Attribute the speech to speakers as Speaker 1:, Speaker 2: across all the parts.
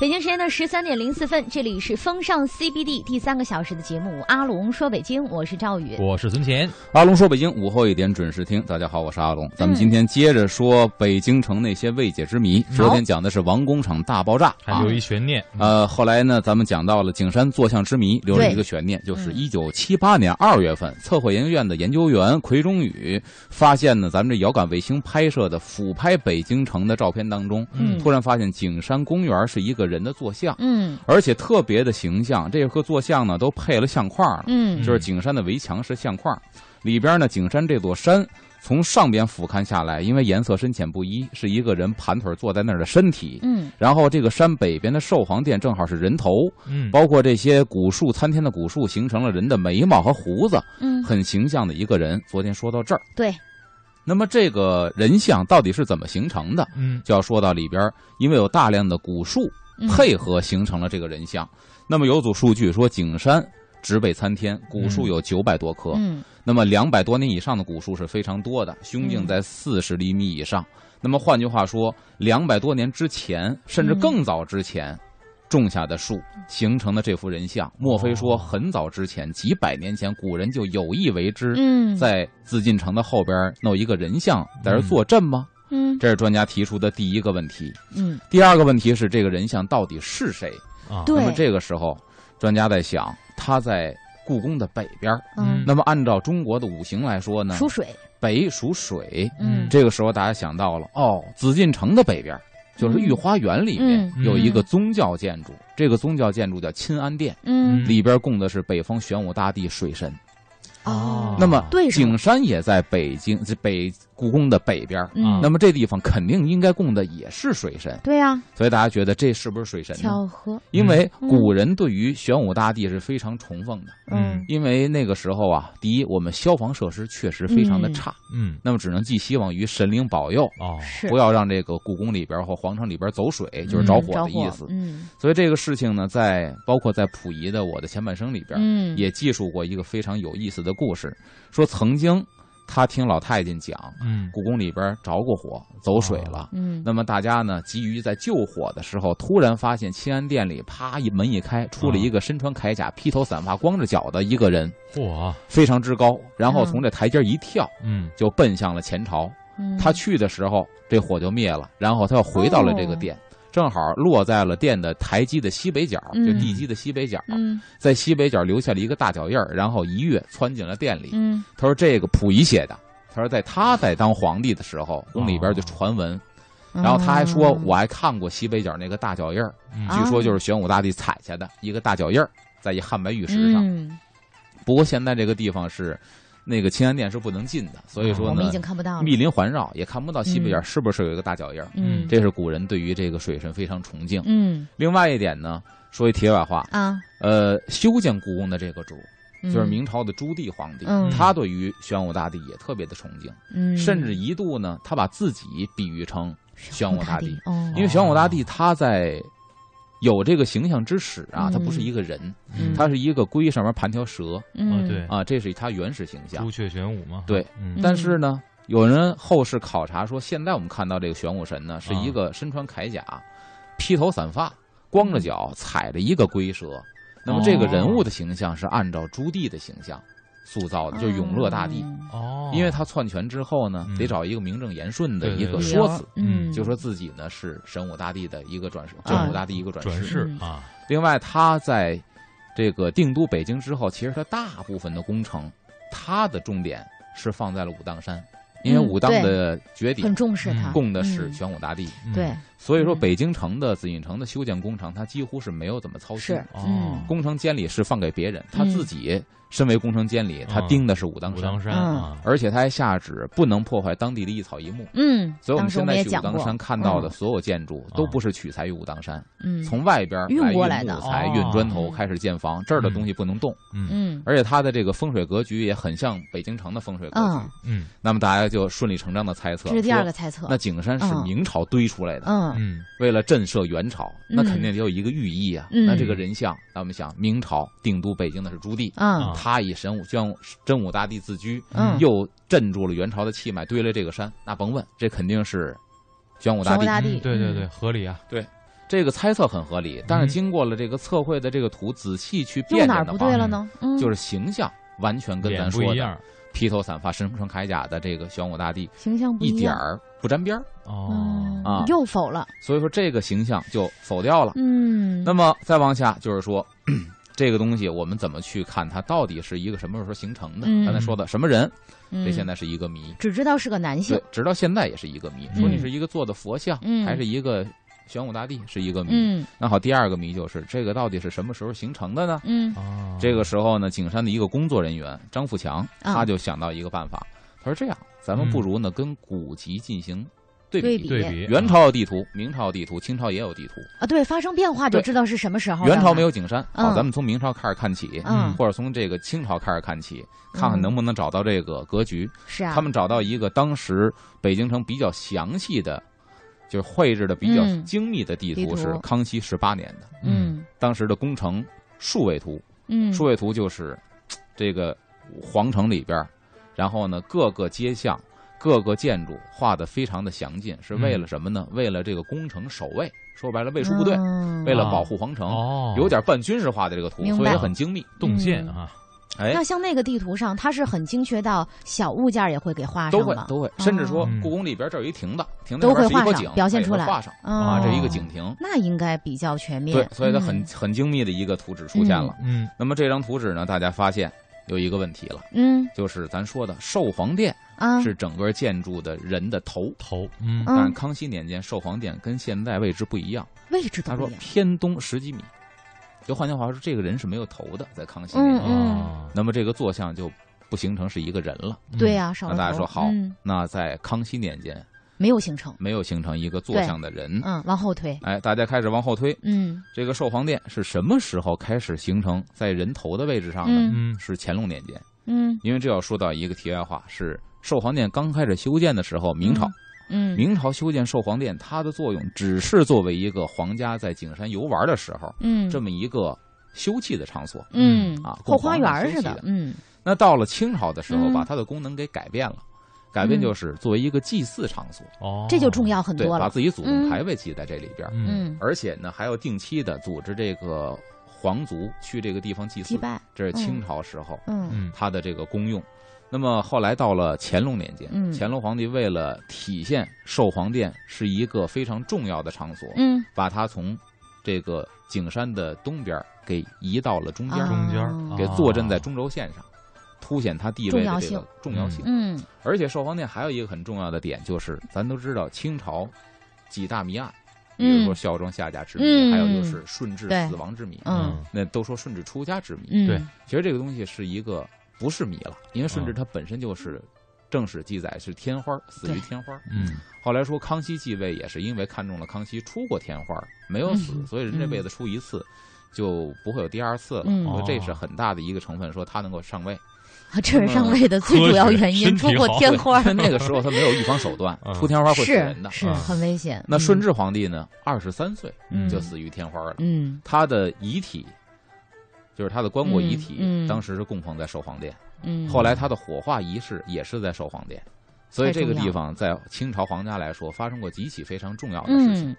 Speaker 1: 北京时间的十三点零四分，这里是风尚 CBD 第三个小时的节目《阿龙说北京》，我是赵宇。
Speaker 2: 我是孙乾，
Speaker 3: 阿龙说：“北京午后一点准时听，大家好，我是阿龙。咱们今天接着说北京城那些未解之谜。昨天讲的是王工厂大爆炸
Speaker 2: 还
Speaker 3: 啊
Speaker 2: 留，一悬念。
Speaker 1: 哦
Speaker 3: 呃，后来呢，咱们讲到了景山坐像之谜，留了
Speaker 1: 对
Speaker 3: 一个悬念，就是
Speaker 1: 嗯
Speaker 3: 一九七八年二月份，测绘研究院的研究员奎中宇发现呢，咱们这遥感卫星拍摄的俯拍北京城的照片当中，
Speaker 1: 嗯
Speaker 3: 突然发现景山公园是一个人的坐像，
Speaker 1: 嗯
Speaker 3: 而且特别的形象，这个坐像呢都配了相框了。
Speaker 1: 嗯
Speaker 3: 就是景山的围墙是相框，里边呢景山这座山从上边俯瞰下来，因为颜色深浅不一，是一个人盘腿坐在那儿的身体。
Speaker 1: 嗯
Speaker 3: 然后这个山北边的寿皇殿正好是人头，
Speaker 1: 哦
Speaker 2: 嗯，
Speaker 3: 包括这些古树参天的古树，形成了人的眉毛和胡子，
Speaker 1: 嗯，
Speaker 3: 很形象的一个人。昨天说到这儿，
Speaker 1: 对，
Speaker 3: 那么这个人像到底是怎么形成的？
Speaker 2: 嗯
Speaker 3: 就要说到里边，因为有大量的古树
Speaker 1: 嗯
Speaker 3: 配合形成了这个人像。那么有组数据说，景山植被参天，古树
Speaker 2: 嗯
Speaker 3: 有九百多棵，
Speaker 1: 嗯
Speaker 3: 那么两百多年以上的古树是非常多的，胸径在四十厘米以上。那么换句话说，两百多年之前，甚至更早之前。种下的树
Speaker 1: 嗯
Speaker 3: 形成的这幅人像，莫非说
Speaker 2: 哦
Speaker 3: 很早之前几百年前古人就有意为之，
Speaker 1: 嗯，
Speaker 3: 在紫禁城的后边弄一个人像在这儿坐镇吗？
Speaker 1: 嗯
Speaker 3: 这是专家提出的第一个问题。
Speaker 1: 嗯
Speaker 3: 第二个问题是这个人像到底是谁？
Speaker 2: 啊，
Speaker 1: 对
Speaker 3: 那么这个时候，专家在想，他在故宫的北边儿，
Speaker 1: 嗯
Speaker 3: 那么按照中国的五行来说呢，
Speaker 1: 属水，
Speaker 3: 北属水。
Speaker 1: 嗯
Speaker 3: 这个时候大家想到了，哦，紫禁城的北边儿就是御花园里面
Speaker 2: 嗯
Speaker 3: 有一个宗教建筑，这个宗教建筑叫钦安殿，
Speaker 1: 嗯
Speaker 3: 里边供的是北方玄武大帝水神。
Speaker 1: 哦，
Speaker 3: 那么
Speaker 1: 对上
Speaker 3: 景山也在北京这北故宫的北边儿，
Speaker 1: 嗯
Speaker 3: 那么这地方肯定应该供的也是水神，
Speaker 1: 对呀，
Speaker 3: 所以大家觉得这是不是水神呢？
Speaker 1: 巧合，
Speaker 3: 因为古人对于玄武大帝是非常崇奉的，
Speaker 1: 嗯
Speaker 2: 嗯
Speaker 3: 因为那个时候啊，第一，我们消防设施确实非常的差，
Speaker 2: 嗯
Speaker 3: 那么只能寄希望于神灵保佑，
Speaker 2: 哦，
Speaker 1: 是
Speaker 3: 不要让这个故宫里边或皇城里边走水，就是着火的意思。
Speaker 1: 嗯
Speaker 3: 所以这个事情呢，在包括在溥仪的《我的前半生》里边，
Speaker 1: 嗯
Speaker 3: 也记述过一个非常有意思的故事，说曾经他听老太监讲，
Speaker 2: 嗯
Speaker 3: 故宫里边着过火，走水了。
Speaker 1: 嗯
Speaker 3: 那么大家呢，急于在救火的时候，突然发现清安殿里啪一门一开，出了一个身穿铠甲、披头散发、光着脚的一个人，
Speaker 2: 嚯，
Speaker 3: 非常之高，然后
Speaker 1: 嗯
Speaker 3: 从这台阶一跳，
Speaker 2: 嗯
Speaker 3: 就奔向了前朝。
Speaker 1: 嗯
Speaker 3: 他去的时候，这火就灭了，然后他又回到了
Speaker 1: 哦
Speaker 3: 这个殿，正好落在了殿的台基的西北角，
Speaker 1: 嗯
Speaker 3: 就地基的西北角，
Speaker 1: 嗯
Speaker 3: 在西北角留下了一个大脚印儿，然后一跃窜进了殿里。
Speaker 1: 嗯
Speaker 3: 他说这个溥仪写的。他说，在他在当皇帝的时候，宫里边就传闻，
Speaker 1: 嗯，
Speaker 3: 然后他还说，我还看过西北角那个大脚印儿，
Speaker 1: 哦
Speaker 2: 嗯
Speaker 3: 据说就是玄武大帝踩下的一个大脚印儿，在一汉白玉石上。
Speaker 1: 嗯，
Speaker 3: 不过现在这个地方是，那个清安殿是不能进的，所以说
Speaker 1: 哦我们已
Speaker 3: 呢，
Speaker 1: 经看不到了，
Speaker 3: 密林环绕，也看不到西北角是不是有一个大脚印儿。
Speaker 1: 嗯
Speaker 3: 这是古人对于这个水神非常崇敬。
Speaker 1: 嗯
Speaker 3: 另外一点呢，说一题外话，
Speaker 1: 啊，
Speaker 3: 呃，修建故宫的这个主
Speaker 1: 嗯
Speaker 3: 就是明朝的朱棣皇帝，
Speaker 1: 嗯
Speaker 3: 他对于玄武大帝也特别的崇敬，
Speaker 1: 嗯，
Speaker 3: 甚至一度呢，他把自己比喻成玄武大帝，
Speaker 1: 哦，
Speaker 3: 因为玄武大帝他在有这个形象之始啊，
Speaker 1: 嗯
Speaker 3: 他不是一个人，
Speaker 1: 嗯
Speaker 3: 他是一个龟上面盘条蛇
Speaker 1: 嗯
Speaker 2: 啊哦对
Speaker 3: 啊，这是他原始形象
Speaker 2: 朱。雀玄武嘛，
Speaker 3: 对，
Speaker 2: 嗯
Speaker 3: 但是呢，有人后世考察说，现在我们看到这个玄武神呢，
Speaker 2: 啊
Speaker 3: 是一个身穿铠甲、披头散发、光着脚踩着一个龟
Speaker 2: 哦
Speaker 3: 蛇。那么这个人物的形象是按照朱棣的形象塑造的，哦就是永乐大帝。
Speaker 1: 嗯
Speaker 2: 哦，
Speaker 3: 因为他篡权之后呢，
Speaker 2: 嗯
Speaker 3: 得找一个名正言顺的
Speaker 2: 对
Speaker 3: 一
Speaker 2: 对
Speaker 3: 个
Speaker 2: 对
Speaker 3: 说辞，
Speaker 1: 嗯，
Speaker 3: 就说自己呢是神武大帝的一个转世，
Speaker 1: 啊
Speaker 3: 真武大帝一个转
Speaker 2: 转
Speaker 3: 世。
Speaker 2: 世
Speaker 1: 嗯
Speaker 2: 啊，
Speaker 3: 另外，他在这个定都北京之后，其实他大部分的工程，他的重点是放在了武当山，因为
Speaker 1: 嗯
Speaker 3: 武当
Speaker 1: 对
Speaker 3: 的绝顶
Speaker 1: 很重视他，
Speaker 3: 供的是
Speaker 1: 嗯
Speaker 3: 玄武大帝，
Speaker 2: 嗯
Speaker 1: 对，
Speaker 3: 所以说
Speaker 1: 嗯
Speaker 3: 北京城的紫禁城的修建工程，他几乎是没有怎么操心
Speaker 1: 是。
Speaker 2: 哦，
Speaker 3: 工程监理是放给别人，他
Speaker 1: 嗯
Speaker 3: 自己身为工程监理，他
Speaker 2: 啊
Speaker 3: 盯的是武当
Speaker 2: 武
Speaker 3: 山
Speaker 2: 当，山
Speaker 1: 嗯
Speaker 2: 啊，
Speaker 3: 而且他还下旨不能破坏当地的一草一木。
Speaker 1: 嗯，
Speaker 3: 所以我
Speaker 1: 当
Speaker 3: 们
Speaker 1: 时
Speaker 3: 现在
Speaker 1: 也
Speaker 3: 去武
Speaker 1: 讲
Speaker 3: 当
Speaker 1: 过
Speaker 3: 山看到的，所有建筑都不是取材于武当山，
Speaker 1: 嗯，
Speaker 3: 从外边
Speaker 1: 运过来
Speaker 3: 运
Speaker 1: 的
Speaker 3: 木材、
Speaker 2: 哦
Speaker 3: 运砖头开始建房，这儿的东西不能动。
Speaker 2: 嗯
Speaker 1: 嗯
Speaker 3: 而且它的这个风水格局也很像北京城的风水格局
Speaker 1: 嗯，
Speaker 2: 嗯
Speaker 3: 那么大家就顺理成章的猜测，
Speaker 1: 这是第二个
Speaker 3: 说
Speaker 1: 猜测，
Speaker 3: 那景山是
Speaker 1: 嗯
Speaker 3: 明朝堆出来的，
Speaker 1: 嗯
Speaker 2: 嗯
Speaker 3: 为了震慑元朝，
Speaker 1: 嗯
Speaker 3: 那肯定得有一个寓意啊。
Speaker 1: 嗯
Speaker 3: 那这个人像，那我们想，明朝定都北京的是朱棣，
Speaker 1: 嗯
Speaker 2: 啊
Speaker 3: 他以神武将真武大帝自居，
Speaker 1: 嗯，
Speaker 3: 又镇住了元朝的气脉，堆了这个山，那甭问，这肯定是玄武大
Speaker 1: 玄武
Speaker 3: 帝。
Speaker 1: 大
Speaker 2: 嗯
Speaker 1: 帝
Speaker 2: 对对
Speaker 1: 嗯
Speaker 2: 对，合理啊，
Speaker 3: 这个猜测很合理，但是
Speaker 2: 嗯
Speaker 3: 经过了这个测绘的这个图仔细去
Speaker 1: 又
Speaker 3: 辨
Speaker 1: 哪
Speaker 3: 认
Speaker 1: 儿
Speaker 3: 的
Speaker 1: 不
Speaker 3: 话，
Speaker 1: 对了呢？嗯，
Speaker 3: 就是形象完全跟
Speaker 2: 脸
Speaker 3: 咱
Speaker 2: 不
Speaker 3: 说
Speaker 2: 一
Speaker 3: 的
Speaker 2: 样
Speaker 3: 披头散发、身穿铠甲的这个玄武大帝
Speaker 1: 形象不
Speaker 3: 一点
Speaker 1: 样。
Speaker 3: 儿不沾边儿，
Speaker 1: 嗯
Speaker 2: 哦，
Speaker 3: 啊
Speaker 1: 又否了。
Speaker 3: 所以说这个形象就否掉了。
Speaker 1: 嗯，
Speaker 3: 那么再往下就是说， 这个东西我们怎么去看它到底是一个什么时候形成的？
Speaker 1: 嗯
Speaker 3: 刚才说的什么人，这
Speaker 1: 嗯
Speaker 3: 现在是一个谜，
Speaker 1: 只知道是个男性
Speaker 3: 对。，直到现在也是一个谜。
Speaker 2: 嗯
Speaker 3: 说你是一个做的佛像，
Speaker 1: 嗯
Speaker 3: 还是一个玄武大帝，是一个谜。
Speaker 1: 嗯
Speaker 3: 那好，第二个谜就是这个到底是什么时候形成的呢？
Speaker 1: 嗯
Speaker 2: 哦
Speaker 3: 这个时候呢，景山的一个工作人员张富强，
Speaker 1: 啊
Speaker 3: 他就想到一个办法，他说这样，咱们不如呢跟古籍进行对
Speaker 1: 对
Speaker 3: 比。
Speaker 1: 比
Speaker 2: 对比啊
Speaker 3: 元朝有地图，明朝有地图，清朝也有地图。
Speaker 1: 啊，对，发生变化就
Speaker 3: 对
Speaker 1: 知道是什么时候了嘛。
Speaker 3: 元朝没有景山，
Speaker 1: 嗯
Speaker 3: 好，咱们从明朝开始看起，
Speaker 1: 嗯
Speaker 3: 或者从这个清朝开始看起，看看能不能找到这个格局。
Speaker 1: 是啊，
Speaker 3: 他们找到一个当时北京城比较详细的，就是绘制的比较
Speaker 1: 嗯
Speaker 3: 精密的地
Speaker 1: 地图
Speaker 3: 图，是康熙十八年的，
Speaker 1: 嗯
Speaker 3: 当时的工程数位图。
Speaker 1: 嗯
Speaker 3: 数位图就是嘖这个皇城里边儿，然后呢各个街巷、各个建筑画的非常的详尽，是为了什么呢？为了这个工程守卫，说白了卫戍部队，
Speaker 1: 嗯
Speaker 3: 为了保护皇城，
Speaker 2: 哦，
Speaker 3: 有点半军事化的这个图，
Speaker 1: 明白
Speaker 3: 所以也很精密。
Speaker 2: 洞见啊，
Speaker 3: 哎
Speaker 1: 那，像那个地图上，它是很精确到小物件儿也会给画上
Speaker 3: 都会
Speaker 1: 吗？
Speaker 3: 都会，甚至说
Speaker 2: 嗯
Speaker 3: 故宫里边这儿有一亭子，亭子
Speaker 1: 都
Speaker 3: 里
Speaker 1: 会
Speaker 3: 边是一
Speaker 1: 画
Speaker 3: 口
Speaker 1: 上
Speaker 3: 井，
Speaker 1: 表现
Speaker 3: 哎
Speaker 1: 出来
Speaker 3: 会画上
Speaker 1: 啊
Speaker 3: 啊，
Speaker 2: 哦
Speaker 3: 这一个井亭。
Speaker 1: 那应该比较全面。
Speaker 3: 对，所以它很
Speaker 1: 嗯
Speaker 3: 很精密的一个图纸出现了。
Speaker 2: 嗯
Speaker 3: 那么这张图纸呢，大家发现有一个问题了，
Speaker 1: 嗯
Speaker 3: 就是咱说的寿皇殿
Speaker 1: 啊
Speaker 3: 是整个建筑的人的头，
Speaker 2: 头，嗯
Speaker 1: 嗯
Speaker 3: 但康熙年间寿皇殿跟现在位置不一样，
Speaker 1: 位置都
Speaker 3: 他
Speaker 1: 不
Speaker 3: 说
Speaker 1: 一样。
Speaker 3: 偏东十几米，就换句话说，这个人是没有头的，在康熙年
Speaker 1: 嗯
Speaker 3: 间，
Speaker 2: 哦
Speaker 3: 那么这个坐像就不形成是一个人了。
Speaker 2: 嗯
Speaker 1: 对啊呀，少了
Speaker 3: 那大家
Speaker 1: 头
Speaker 3: 说好
Speaker 1: 嗯
Speaker 3: 那在康熙年间
Speaker 1: 没有形成。
Speaker 3: 没有形成一个坐像的人，
Speaker 1: 嗯，往后推。
Speaker 3: 哎，大家开始往后推，
Speaker 1: 嗯
Speaker 3: 这个寿皇殿是什么时候开始形成在人头的位置上呢？
Speaker 1: 嗯
Speaker 2: 嗯
Speaker 3: 是乾隆年间，
Speaker 1: 嗯
Speaker 3: 因为这要说到一个题外话，是寿皇殿刚开始修建的时候，明朝。
Speaker 1: 嗯，
Speaker 3: 明朝修建寿皇殿，它的作用只是作为一个皇家在景山游玩的时候
Speaker 1: 嗯
Speaker 3: 这么一个休憩的场所。
Speaker 1: 嗯
Speaker 3: 啊
Speaker 1: 后
Speaker 3: 供
Speaker 1: 花
Speaker 3: 皇
Speaker 1: 园
Speaker 3: 上
Speaker 1: 儿
Speaker 3: 休
Speaker 1: 似
Speaker 3: 息
Speaker 1: 的
Speaker 3: 的。
Speaker 1: 嗯
Speaker 3: 那到了清朝的时候，
Speaker 1: 嗯
Speaker 3: 把它的功能给改变了，改变就是作为一个祭祀场所，
Speaker 2: 哦，
Speaker 1: 这就重要很
Speaker 3: 哦对，
Speaker 1: 多
Speaker 3: 把
Speaker 1: 了。
Speaker 3: 自己祖
Speaker 1: 嗯
Speaker 3: 宗牌位记在这里边儿，
Speaker 2: 嗯，
Speaker 1: 嗯，
Speaker 3: 而且呢还要定期的组织这个皇族去这个地方祭
Speaker 1: 祭
Speaker 3: 祀，
Speaker 1: 拜。
Speaker 3: 这是清朝时候
Speaker 1: 嗯
Speaker 2: 嗯
Speaker 3: 它的这个功用。那么后来到了乾隆年间，
Speaker 1: 嗯
Speaker 3: 乾隆皇帝为了体现寿皇殿是一个非常重要的场所，
Speaker 1: 嗯，
Speaker 3: 把它从这个景山的东边儿给移到了中间儿，
Speaker 1: 啊
Speaker 2: 嗯中间儿
Speaker 1: 哦
Speaker 3: 给坐镇在中轴线上，凸显它地位的这个重要性。
Speaker 1: 嗯
Speaker 3: 而且寿皇殿还有一个很重要的点，就是咱都知道清朝几大谜案，比
Speaker 1: 嗯
Speaker 3: 如说孝庄下嫁之谜，
Speaker 1: 嗯
Speaker 3: 还有就是顺治
Speaker 1: 对
Speaker 3: 死亡之谜。
Speaker 1: 嗯
Speaker 3: 那都说顺治出家之谜，
Speaker 1: 嗯，
Speaker 2: 对
Speaker 3: 其实这个东西是一个不是谜了，因为
Speaker 1: 嗯
Speaker 3: 顺治它本身就是正史记载是天花儿，死于
Speaker 1: 对
Speaker 3: 天花儿。
Speaker 2: 嗯
Speaker 3: 后来说康熙继位也是因为看中了康熙出过天花，没有死，
Speaker 1: 嗯
Speaker 3: 所以人这辈子出一次，就不会有第二次了。
Speaker 1: 嗯
Speaker 3: 我觉得这是很大的一个成分，说他能够上位。
Speaker 1: 啊这是上位的最
Speaker 2: 科
Speaker 1: 主要
Speaker 2: 学
Speaker 1: 原因，
Speaker 2: 身
Speaker 1: 出
Speaker 2: 体
Speaker 1: 过
Speaker 2: 好
Speaker 1: 天花
Speaker 3: 因为那个时候他没有预防手 段
Speaker 2: 嗯，
Speaker 3: 出天 花会死
Speaker 1: 是
Speaker 3: 人的。
Speaker 1: 是
Speaker 2: 啊
Speaker 1: 很危险。
Speaker 3: 那
Speaker 1: 嗯
Speaker 3: 顺治皇帝呢，二十三岁
Speaker 1: 嗯
Speaker 3: 就死于天花了，
Speaker 1: 嗯
Speaker 3: 他的遗体。就是他的棺椁遗体，
Speaker 1: 嗯嗯
Speaker 3: 当时是供奉在寿皇殿，
Speaker 1: 嗯，
Speaker 3: 后来他的火化仪式也是在寿皇殿，所以
Speaker 1: 太
Speaker 3: 这个
Speaker 1: 重要
Speaker 3: 地方在清朝皇家来说发生过几起非常重要的事情。
Speaker 1: 嗯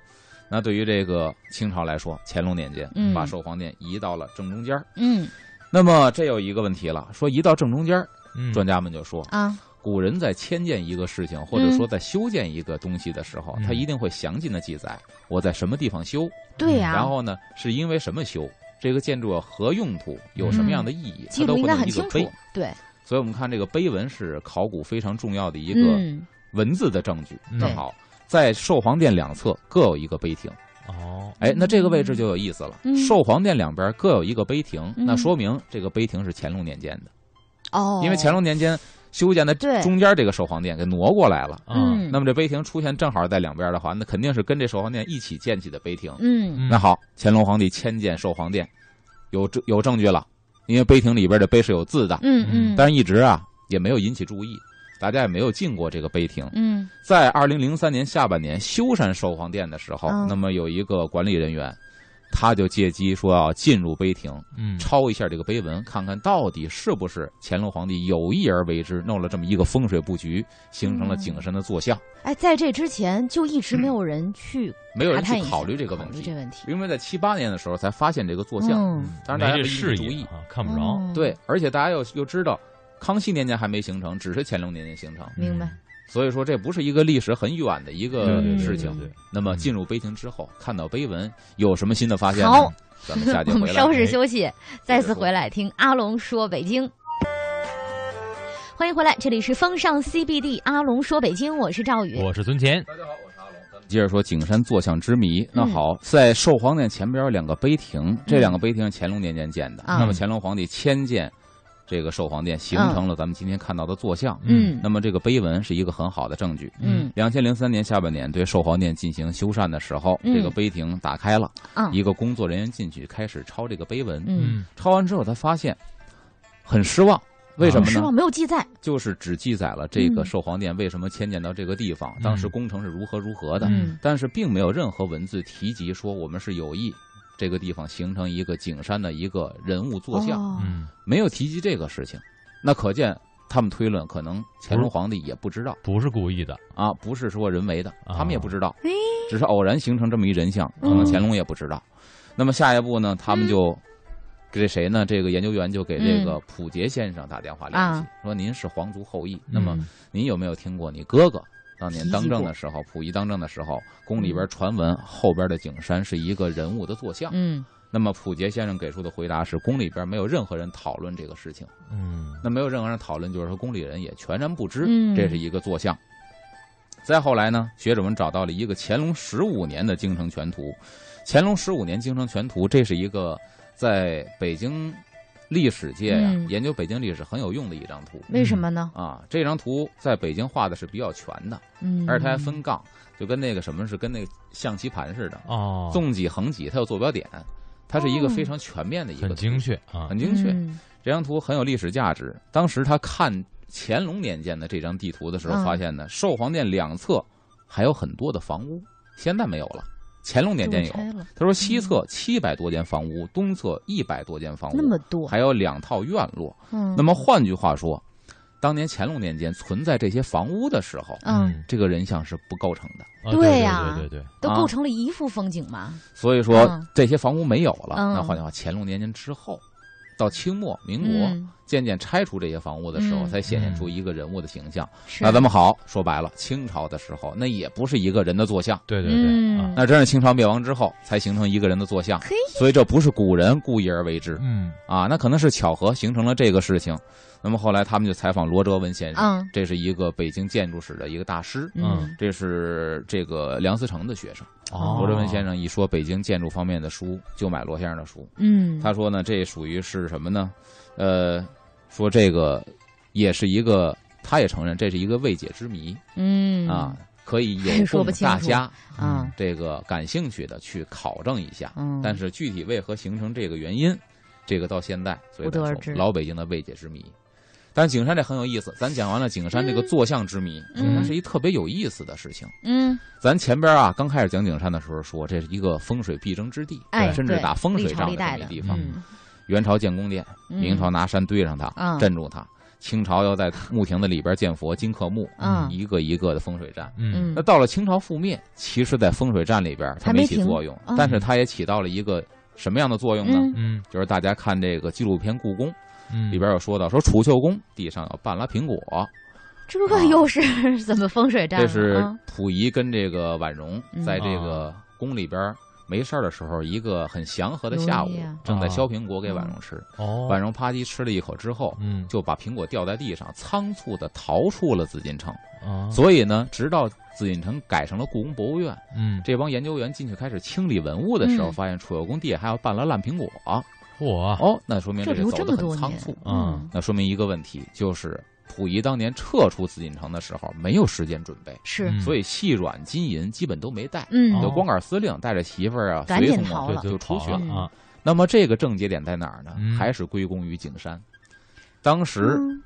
Speaker 3: 那对于这个清朝来说，乾隆年间
Speaker 1: 嗯
Speaker 3: 把寿皇殿移到了正中间儿、
Speaker 1: 嗯
Speaker 3: 那么这有一个问题了，说移到正中间儿，
Speaker 2: 嗯，
Speaker 3: 专家们就说，
Speaker 1: 啊
Speaker 3: 古人在迁建一个事情，或者
Speaker 1: 嗯
Speaker 3: 说在修建一个东西的时候，
Speaker 2: 嗯
Speaker 3: 他一定会详尽的记载我在什么地方修，
Speaker 1: 对呀，
Speaker 3: 然后呢是因为什么修，这个建筑有何用途，有什么样的意义，
Speaker 1: 嗯记
Speaker 3: 它
Speaker 1: 录
Speaker 3: 都
Speaker 1: 应
Speaker 3: 不
Speaker 1: 该
Speaker 3: 能
Speaker 1: 很
Speaker 3: 一个
Speaker 1: 清楚
Speaker 3: 碑。，
Speaker 1: 对，
Speaker 3: 所以我们看这个碑文是考古非常重要的一个
Speaker 1: 嗯
Speaker 3: 文字的证据。
Speaker 2: 嗯
Speaker 3: 那好，在寿皇殿两侧各有一个碑亭。
Speaker 2: 哦，
Speaker 3: 哎，那这个位置就有意思了。
Speaker 1: 嗯
Speaker 3: 寿皇殿两边各有一个碑亭，
Speaker 1: 嗯
Speaker 3: 那说明这个碑亭是乾隆年间的，
Speaker 1: 哦，
Speaker 3: 因为乾隆年间修建的
Speaker 1: 对
Speaker 3: 中间这个寿皇殿给挪过来了。
Speaker 2: 嗯
Speaker 1: 嗯
Speaker 3: 那么这碑亭出现正好在两边的话，那肯定是跟这寿皇殿一起建起的碑亭。
Speaker 1: 嗯
Speaker 2: 嗯
Speaker 3: 那好，乾隆皇帝迁建寿皇殿，有证有证据了，因为碑亭里边的碑是有字的，
Speaker 1: 嗯嗯
Speaker 3: 但是一直啊也没有引起注意，大家也没有进过这个碑亭。
Speaker 1: 嗯
Speaker 3: 在二零零三年下半年修缮寿皇殿的时候，
Speaker 1: 嗯
Speaker 3: 那么有一个管理人员他就借机说要进入碑亭，
Speaker 2: 嗯，
Speaker 3: 抄一下这个碑文，看看到底是不是乾隆皇帝有意而为之，弄了这么一个风水布局，形成了景神的坐像。
Speaker 1: 哎，在这之前就一直没有人去
Speaker 3: 没有人
Speaker 1: 查探
Speaker 3: 去
Speaker 1: 一下
Speaker 3: 考虑这个
Speaker 1: 考
Speaker 3: 问
Speaker 1: 虑
Speaker 3: 题
Speaker 1: 这，问题。
Speaker 3: 因为在七八年的时候才发现这个坐像。
Speaker 1: 嗯，
Speaker 3: 当然，大
Speaker 2: 没
Speaker 3: 家
Speaker 2: 这
Speaker 3: 不
Speaker 2: 视
Speaker 3: 一定注意
Speaker 2: 野。啊，看不着。
Speaker 1: 嗯，
Speaker 3: 对，而且大家又又知道，康熙年间还没形成，只是乾隆年间形成，
Speaker 2: 嗯
Speaker 1: 明白
Speaker 3: 所以说这不是一个历史很远的一个
Speaker 2: 对对对
Speaker 3: 事情。
Speaker 2: 对对
Speaker 3: 那么进入碑亭之后，看到碑文有什么新的发现？
Speaker 1: 好，
Speaker 3: 咱们下节
Speaker 1: 我
Speaker 3: 回
Speaker 1: 们
Speaker 3: 来
Speaker 1: 稍事
Speaker 3: 哎
Speaker 1: 休息，再次回来听阿龙说北京。欢迎回来，这里是风尚 CBD，阿龙说北京，我是赵宇。
Speaker 2: 我是存钱，
Speaker 3: 接着说景山坐像之谜。那
Speaker 1: 嗯
Speaker 3: 好，在寿皇殿前边有两个碑亭，这两个碑亭是乾隆年间建的。
Speaker 1: 啊
Speaker 3: 那么乾隆皇帝迁建这个寿皇殿，形成了咱们今天看到的坐像。
Speaker 1: 嗯
Speaker 3: 那么这个碑文是一个很好的证据。
Speaker 1: 嗯
Speaker 3: 两千零三年下半年对寿皇殿进行修缮的时候，
Speaker 1: 嗯
Speaker 3: 这个碑亭打开了，
Speaker 1: 啊
Speaker 3: 一个工作人员进去开始抄这个碑文。
Speaker 1: 嗯，
Speaker 2: 嗯
Speaker 3: 抄完之后，他发现很失望，为什么
Speaker 1: 啊失
Speaker 3: 呢？
Speaker 1: 望没有记载。
Speaker 3: 就是只记载了这个
Speaker 1: 嗯
Speaker 3: 寿皇殿为什么迁建到这个地方，当时工程是如何如何的。
Speaker 1: 嗯
Speaker 3: 但是并没有任何文字提及说我们是有意这个地方形成一个景山的一个人物坐像，
Speaker 1: 哦
Speaker 2: 嗯，
Speaker 3: 没有提及这个事情。那可见他们推论，可能乾隆皇帝也不知道
Speaker 2: 不是故意的，
Speaker 3: 啊，不是说人为的，
Speaker 2: 哦
Speaker 3: 他们也不知道，
Speaker 1: 哎
Speaker 3: 只是偶然形成这么一人像，可
Speaker 1: 嗯
Speaker 3: 能乾隆也不知道。那么下一步呢，他们就。给谁呢？这个研究员就给这个溥杰先生打电话联
Speaker 1: 嗯
Speaker 3: 系，
Speaker 1: 啊
Speaker 3: 说您是皇族后裔，那么
Speaker 1: 嗯
Speaker 3: 您有没有听过你哥哥当年
Speaker 1: 提及
Speaker 3: 当政
Speaker 1: 过
Speaker 3: 的时候，溥仪当政的时候，宫里边传闻后边的景山是一个人物的坐像？
Speaker 1: 嗯
Speaker 3: 那么溥杰先生给出的回答是，宫里边没有任何人讨论这个事情。
Speaker 2: 嗯，
Speaker 3: 那没有任何人讨论，就是说宫里人也全然不知，
Speaker 1: 嗯
Speaker 3: 这是一个坐像。再后来呢，学者们找到了一个乾隆十五年的京城全图。乾隆十五年京城全图，这是一个在北京历史界呀、
Speaker 1: 嗯
Speaker 3: 研究北京历史很有用的一张图。
Speaker 1: 为什么呢？
Speaker 3: 啊，这张图在北京画的是比较全的，
Speaker 1: 嗯，
Speaker 3: 而且它还分杠，就跟那个什么是跟那个象棋盘似的，
Speaker 2: 哦，
Speaker 3: 纵几横几，它有坐标点，它是一个
Speaker 1: 哦
Speaker 3: 非常全面的一个
Speaker 2: 很
Speaker 3: 图
Speaker 2: 精确啊，
Speaker 3: 很精确。
Speaker 1: 嗯
Speaker 3: 这张图很有历史价值。当时他看乾隆年间的这张地图的时候，
Speaker 1: 嗯
Speaker 3: 发现呢，寿皇殿两侧还有很多的房屋，现在没有了，乾隆年间有
Speaker 1: 这。我拆了嗯
Speaker 3: 他说西侧七百多间房屋，东侧一百多间房屋，
Speaker 1: 那么多，
Speaker 3: 哦还有两套院落。
Speaker 1: 嗯，
Speaker 3: 那么换句话说，当年乾隆年间存在这些房屋的时候，
Speaker 1: 嗯，
Speaker 3: 这个人像是不构成的。
Speaker 2: 啊
Speaker 1: 对呀
Speaker 2: 对对对，
Speaker 1: 都
Speaker 3: 啊
Speaker 1: 构成了一幅风景嘛。
Speaker 3: 所以说
Speaker 1: 嗯
Speaker 3: 这些房屋没有了。
Speaker 1: 嗯
Speaker 3: 那换句话，乾隆年间之后，到清末民国。
Speaker 1: 嗯，
Speaker 3: 渐渐拆除这些房屋的时候，
Speaker 1: 嗯
Speaker 3: 才显现出一个人物的形象。
Speaker 1: 是
Speaker 3: 啊那咱们好说白了，清朝的时候那也不是一个人的坐像，
Speaker 2: 对对对
Speaker 1: 嗯
Speaker 2: 啊，
Speaker 3: 那真是清朝灭亡之后才形成一个人的坐像。
Speaker 1: 嘿
Speaker 3: 所以这不是古人故意而为之
Speaker 2: 嗯
Speaker 3: 啊，那可能是巧合形成了这个事情。那么后来他们就采访罗哲文先生，
Speaker 1: 嗯
Speaker 3: 这是一个北京建筑史的一个大师。
Speaker 1: 嗯
Speaker 3: 这是这个梁思成的学生
Speaker 2: 哦
Speaker 3: 罗哲文先生一说北京建筑方面的书，就买罗先生的书。
Speaker 1: 嗯，
Speaker 3: 他说呢，这属于是什么呢？呃，说这个也是一个，他也承认这是一个未解之谜、
Speaker 1: 嗯
Speaker 3: 啊，可以有
Speaker 1: 是 说
Speaker 3: 供
Speaker 1: 不清
Speaker 3: 大
Speaker 1: 楚
Speaker 3: 家
Speaker 1: 啊
Speaker 3: 这个感兴趣的去考证一下。
Speaker 1: 嗯，
Speaker 3: 但是具体为何形成这个原因，这个到现在所以
Speaker 1: 不得
Speaker 3: 咱
Speaker 1: 而
Speaker 3: 说
Speaker 1: 知
Speaker 3: 老北京的未解之谜。但景山这很有意思，咱讲完了景山这个
Speaker 1: 嗯
Speaker 3: 坐像之谜，
Speaker 1: 嗯
Speaker 3: 景山是一特别有意思的事情。
Speaker 1: 嗯，
Speaker 3: 咱前边啊，刚开始讲景山的时候说，这是一个风水必争之地，
Speaker 1: 哎，
Speaker 3: 甚至
Speaker 1: 对
Speaker 3: 打风水
Speaker 1: 历朝
Speaker 3: 仗
Speaker 1: 历
Speaker 3: 这么
Speaker 1: 代
Speaker 3: 一
Speaker 1: 的
Speaker 3: 地方。
Speaker 1: 嗯
Speaker 3: 元朝建宫殿，
Speaker 1: 嗯
Speaker 3: 明朝拿山堆上它，
Speaker 1: 嗯
Speaker 3: 镇住它。清朝要在墓亭子里边建佛、金刻木，
Speaker 1: 嗯
Speaker 3: 一个一个的风水站。
Speaker 2: 嗯
Speaker 1: 嗯
Speaker 3: 那到了清朝覆灭，其实，在风水站里边它
Speaker 1: 还没
Speaker 3: 起
Speaker 1: 停
Speaker 3: 作用，
Speaker 1: 嗯
Speaker 3: 但是它也起到了一个什么样的作用呢？
Speaker 1: 嗯
Speaker 2: 嗯
Speaker 3: 就是大家看这个纪录片《故宫》
Speaker 2: 嗯
Speaker 3: 里边有说到，说储秀宫地上有半拉苹果，
Speaker 1: 这
Speaker 3: 啊
Speaker 1: 又是 怎么风水站了？
Speaker 3: 这是
Speaker 1: 啊
Speaker 3: 溥仪跟这个婉容
Speaker 1: 嗯
Speaker 3: 在这个宫里边没事儿的时候，一个很祥和的下午
Speaker 1: 容易啊，嗯
Speaker 3: 正在削苹果给婉容吃。
Speaker 2: 哦，
Speaker 3: 婉容啪叽吃了一口之后，
Speaker 2: 嗯
Speaker 3: 就把苹果掉在地上，仓促的逃出了紫禁城。
Speaker 2: 啊
Speaker 3: 所以呢，直到紫禁城改成了故宫博物院，
Speaker 2: 嗯
Speaker 3: 这帮研究员进去开始清理文物的时候，
Speaker 1: 嗯
Speaker 3: 发现储秀宫地还有半拉烂苹果。啊
Speaker 2: 嚯
Speaker 3: 哦，那说明
Speaker 1: 这
Speaker 3: 个
Speaker 1: 留这
Speaker 3: 走
Speaker 1: 么
Speaker 3: 得很
Speaker 1: 多
Speaker 3: 仓
Speaker 1: 年啊
Speaker 3: 促。啊
Speaker 2: 嗯，
Speaker 3: 那说明一个问题，就是溥仪当年撤出紫禁城的时候没有时间准备，
Speaker 1: 是
Speaker 2: 嗯
Speaker 3: 所以细软金银基本都没带。
Speaker 1: 嗯
Speaker 2: 哦
Speaker 3: 就光杆司令带着媳妇儿啊，
Speaker 1: 赶
Speaker 3: 随
Speaker 1: 紧
Speaker 3: 从
Speaker 1: 逃
Speaker 3: 啊
Speaker 1: 了
Speaker 2: 对
Speaker 3: 就出去
Speaker 2: 跑
Speaker 3: 了。
Speaker 1: 嗯
Speaker 2: 啊，
Speaker 3: 那么这个症结点在哪儿呢
Speaker 2: 嗯？
Speaker 3: 还是归功于景山。当时
Speaker 1: 嗯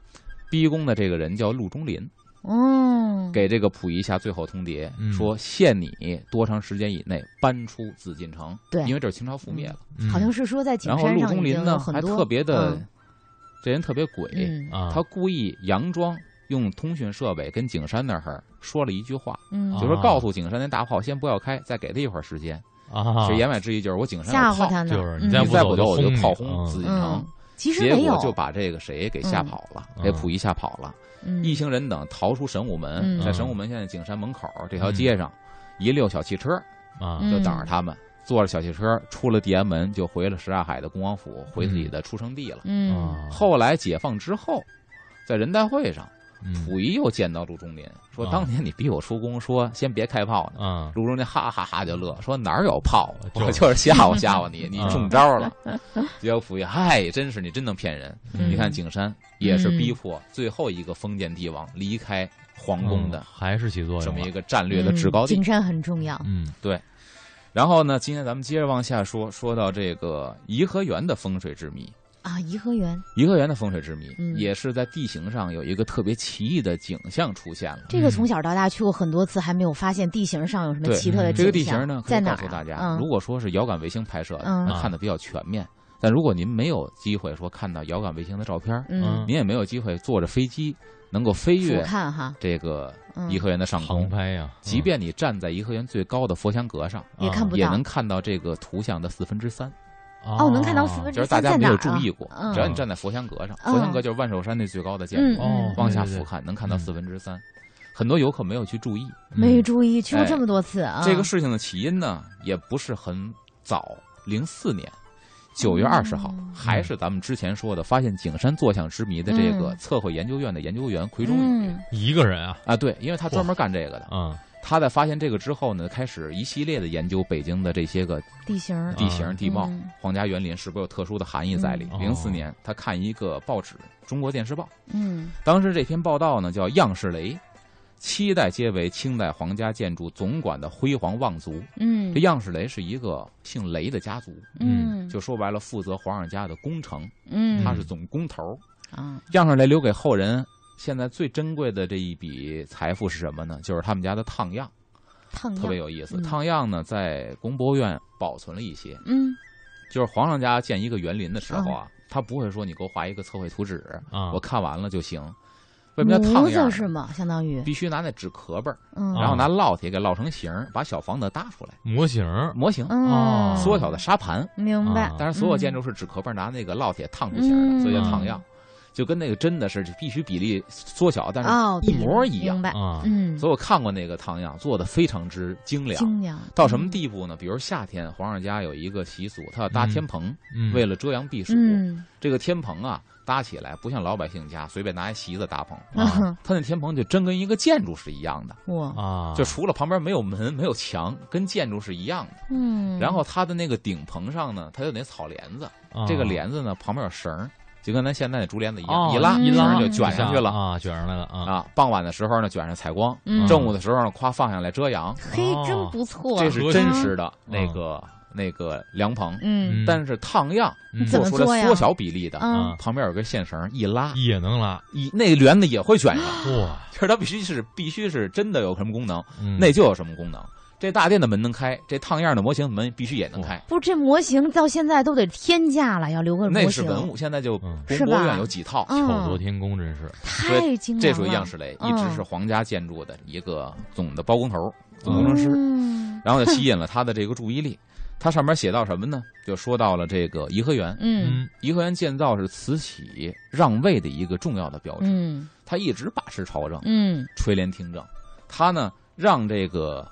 Speaker 3: 逼宫的这个人叫陆中林，
Speaker 1: 嗯，
Speaker 3: 给这个溥仪下最后通牒，
Speaker 2: 嗯
Speaker 3: 说限你多长时间以内搬出紫禁城，
Speaker 1: 对
Speaker 3: 因为这是清朝覆灭了。
Speaker 2: 嗯
Speaker 1: 好像是说在景
Speaker 3: 然后
Speaker 1: 山
Speaker 3: 陆
Speaker 1: 上
Speaker 3: 宗
Speaker 1: 已
Speaker 3: 麟
Speaker 1: 经
Speaker 3: 呢
Speaker 1: 有很
Speaker 3: 还
Speaker 1: 多
Speaker 3: 特别的
Speaker 1: 嗯，
Speaker 3: 这人特别鬼，
Speaker 1: 嗯
Speaker 2: 啊，
Speaker 3: 他故意佯装用通讯设备跟景山那儿说了一句话，
Speaker 1: 嗯，
Speaker 3: 就说告诉景山那大炮先不要开，再给他一会儿时间。
Speaker 2: 啊，
Speaker 3: 其实言外之意就是我景山
Speaker 1: 吓
Speaker 3: 有
Speaker 1: 唬
Speaker 3: 炮，
Speaker 1: 他呢，
Speaker 2: 就是
Speaker 1: 嗯
Speaker 2: 你再
Speaker 3: 你再不
Speaker 2: 走
Speaker 3: 走我就
Speaker 2: 轰
Speaker 3: 炮
Speaker 2: 你
Speaker 3: 轰紫禁
Speaker 1: 嗯
Speaker 3: 城。，
Speaker 1: 其实
Speaker 3: 结
Speaker 1: 没
Speaker 3: 果
Speaker 1: 有，
Speaker 3: 就把这个谁给吓跑了，
Speaker 2: 嗯
Speaker 3: 给溥仪吓跑了。
Speaker 1: 嗯
Speaker 3: 一行人等逃出神武门，
Speaker 1: 嗯
Speaker 3: 在神武门现在景山门口
Speaker 2: 嗯
Speaker 3: 这条街上，一溜小汽车
Speaker 2: 啊
Speaker 1: 嗯
Speaker 3: 就等着他们，坐着小汽车出了地安门，就回了什刹海的恭王府，回自己的出生地了。
Speaker 1: 嗯
Speaker 2: 啊，
Speaker 3: 后来解放之后，在人代会上，
Speaker 2: 嗯
Speaker 3: 溥仪又见到陆宗麟，说
Speaker 2: 啊
Speaker 3: 当年你逼我出宫，说先别开炮呢。
Speaker 2: 啊
Speaker 3: 陆宗麟哈哈哈就乐，说哪儿有炮啊？
Speaker 2: 哦就是
Speaker 3: 我 就是吓唬吓唬你，你
Speaker 2: 啊
Speaker 3: 中招 了。结果溥仪，嗨，真是你真能骗人。
Speaker 1: 嗯
Speaker 3: 你看景山也是逼迫最后一个封建帝王离开皇宫
Speaker 2: 嗯
Speaker 3: 的
Speaker 2: 还是起作
Speaker 3: 这
Speaker 2: 用
Speaker 3: 么一
Speaker 2: 了，
Speaker 3: 个战略的制高地
Speaker 1: 景。山嗯很重要，
Speaker 2: 嗯
Speaker 3: 然后呢，今天咱们接着往下说，说到这个颐和园的风水之谜。
Speaker 1: 啊，颐和园
Speaker 3: 颐和园的风水之谜
Speaker 1: 嗯
Speaker 3: 也是在地形上有一个特别奇异的景象出现了。
Speaker 1: 这个从小到大去过很多次，还没有发现地形上有什么
Speaker 3: 嗯对
Speaker 1: 奇特的
Speaker 2: 嗯
Speaker 1: 景象。
Speaker 3: 这个地形呢，可
Speaker 1: 在
Speaker 3: 以
Speaker 1: 哪儿
Speaker 3: 告诉
Speaker 1: 啊？
Speaker 3: 大家，
Speaker 1: 嗯
Speaker 3: 如果说是遥感卫星拍摄的，
Speaker 1: 嗯
Speaker 3: 那看的比较全面。但如果您没有机会说看到遥感卫星的照片，
Speaker 1: 嗯，
Speaker 3: 您也没有机会坐着飞机能够飞
Speaker 1: 俯
Speaker 3: 越
Speaker 1: 瞰哈，
Speaker 3: 这个
Speaker 1: 嗯，
Speaker 3: 颐和园的上空
Speaker 2: 航。拍呀，
Speaker 3: 即便你站在颐和园最高的佛香阁上，
Speaker 1: 也看不
Speaker 3: 啊也
Speaker 1: 到
Speaker 3: 能看到这个图像的四分之三。
Speaker 2: 哦
Speaker 1: 哦，能看到四分
Speaker 3: 就
Speaker 1: 之
Speaker 3: 是大
Speaker 1: 三
Speaker 3: 家
Speaker 1: 在
Speaker 3: 没
Speaker 1: 哪
Speaker 3: 有
Speaker 1: 儿
Speaker 3: 注
Speaker 1: 啊
Speaker 3: 意过，
Speaker 1: 嗯
Speaker 3: 只要你站在佛香阁上，
Speaker 1: 嗯
Speaker 3: 佛香阁就是万寿山那最高的建
Speaker 1: 嗯
Speaker 3: 筑，
Speaker 2: 哦，
Speaker 3: 往下俯
Speaker 2: 俯
Speaker 3: 瞰能看到四分之三。很多游客没有去注意
Speaker 1: 没注意，去过
Speaker 3: 哎
Speaker 1: 这么多次啊。
Speaker 3: 这个事情的起因呢，也不是很早，零四年。九月二十号，
Speaker 1: 嗯
Speaker 3: 还是咱们之前说的发现景山坐像之谜的这个
Speaker 1: 嗯
Speaker 3: 测绘研究院的研究员奎中宇、
Speaker 1: 嗯
Speaker 2: 一个人啊，
Speaker 3: 啊，对，因为他专门干这个的。
Speaker 2: 嗯
Speaker 3: 他在发现这个之后呢，开始一系列的研究北京的这些个
Speaker 1: 地形儿
Speaker 3: 地形、
Speaker 2: 啊
Speaker 3: 地貌
Speaker 1: 嗯、
Speaker 3: 皇家园林是不是有特殊的含义在里
Speaker 2: 嗯？
Speaker 3: 零
Speaker 2: 哦
Speaker 3: 四年，他看一个报纸《中国电视报》，
Speaker 1: 嗯
Speaker 3: 当时这篇报道呢叫《样式雷》，七代皆为清代皇家建筑总管的辉煌望族。
Speaker 1: 嗯
Speaker 3: 这样式雷是一个姓雷的家族，
Speaker 1: 嗯
Speaker 3: 就说白了，负责皇上家的工程，
Speaker 1: 嗯
Speaker 3: 他是总工头。
Speaker 1: 啊
Speaker 3: 样式雷留给后人。现在最珍贵的这一笔财富是什么呢？就是他们家的烫样，
Speaker 1: 烫
Speaker 3: 特别
Speaker 1: 样
Speaker 3: 有意思。
Speaker 1: 嗯
Speaker 3: 烫样呢，在国博院保存了一些，
Speaker 1: 嗯
Speaker 3: 就是皇上家建一个园林的时候啊，他不会说你给我画一个测绘图纸，
Speaker 2: 啊，
Speaker 3: 我看完了就行。为什么叫烫样
Speaker 1: 模
Speaker 3: 呢？
Speaker 1: 子是吗？相当于
Speaker 3: 必须拿那纸壳儿，
Speaker 1: 嗯
Speaker 2: 哦
Speaker 3: 然后拿烙铁给烙成形儿，把小房子搭出来，
Speaker 2: 嗯模型儿，
Speaker 3: 模型
Speaker 1: 嗯
Speaker 2: 哦
Speaker 3: 啊缩小的沙盘。
Speaker 1: 明白
Speaker 2: 啊。
Speaker 3: 当然，所有
Speaker 1: 嗯
Speaker 3: 建筑是纸壳儿拿那个烙铁烫出形儿
Speaker 1: 嗯
Speaker 3: 的，所以叫烫样，就跟那个真的是必须比例缩小，但
Speaker 1: 哦
Speaker 3: 是一模一样
Speaker 1: 明。白
Speaker 2: 啊，
Speaker 1: 嗯，
Speaker 3: 所以我看过那个烫样，做的非常之精良。
Speaker 1: 精良
Speaker 3: 到什么地步呢？比如夏天，皇上家有一个习俗，他要搭天棚，
Speaker 2: 嗯
Speaker 3: 为了遮阳避暑。
Speaker 1: 嗯
Speaker 3: 这个天棚啊，搭起来不像老百姓家随便拿一席子搭棚，
Speaker 1: 啊
Speaker 3: 他那天棚就真跟一个建筑是一样的，
Speaker 1: 我
Speaker 2: 啊，
Speaker 3: 就除了旁边没有门、没有墙，跟建筑是一样的。
Speaker 1: 嗯，
Speaker 3: 然后它的那个顶棚上呢，它有那草帘子，
Speaker 2: 啊
Speaker 3: 这个帘子呢旁边有绳儿，就跟咱现在的竹帘子一样，
Speaker 2: 哦
Speaker 3: 一拉
Speaker 1: 一
Speaker 3: 绳
Speaker 1: 拉
Speaker 3: 儿就卷上去了。
Speaker 2: 啊，卷上来了啊，
Speaker 3: 啊，傍晚的时候呢，卷上采光；
Speaker 1: 嗯
Speaker 3: 正午的时候呢，夸放下来遮阳。
Speaker 1: 嘿
Speaker 2: 哦
Speaker 1: 真不错，
Speaker 3: 这是真实的那
Speaker 2: 嗯
Speaker 3: 个那个凉棚，
Speaker 1: 嗯
Speaker 2: 嗯
Speaker 3: 但是烫样
Speaker 2: 嗯
Speaker 1: 怎
Speaker 3: 做
Speaker 1: 么
Speaker 3: 出
Speaker 1: 做
Speaker 3: 来
Speaker 1: 呀
Speaker 3: 缩小比例的，
Speaker 1: 嗯
Speaker 2: 啊
Speaker 3: 旁边有根线绳儿一拉，
Speaker 2: 也能拉，
Speaker 3: 一那个帘子也会卷上。
Speaker 2: 哇，
Speaker 3: 就是它必须是必须是真的有什么功能，
Speaker 2: 嗯
Speaker 3: 那就有什么功能。这大殿的门能开，这烫样的模型门必须
Speaker 2: 嗯
Speaker 3: 也能开。
Speaker 1: 不，这模型到现在都得天价了，要留呃个模型，
Speaker 3: 那是文物，现啊在就
Speaker 2: 嗯
Speaker 3: 国
Speaker 1: 是吧
Speaker 3: 博院有几套，
Speaker 1: 嗯
Speaker 2: 巧夺天工，真是
Speaker 1: 太精良了。
Speaker 3: 这属于样式类，
Speaker 1: 嗯
Speaker 3: 一直是皇家建筑的一个总的包工头、总工程师，
Speaker 1: 嗯
Speaker 3: 然后就吸引了他的这个注意力。它上面写到什么呢？就说到了这个颐和园，
Speaker 1: 嗯
Speaker 3: 颐和园建造是慈禧让位的一个重要的标志，
Speaker 1: 嗯
Speaker 3: 他一直把持朝政。
Speaker 1: 嗯
Speaker 3: 垂帘听政，他呢让这个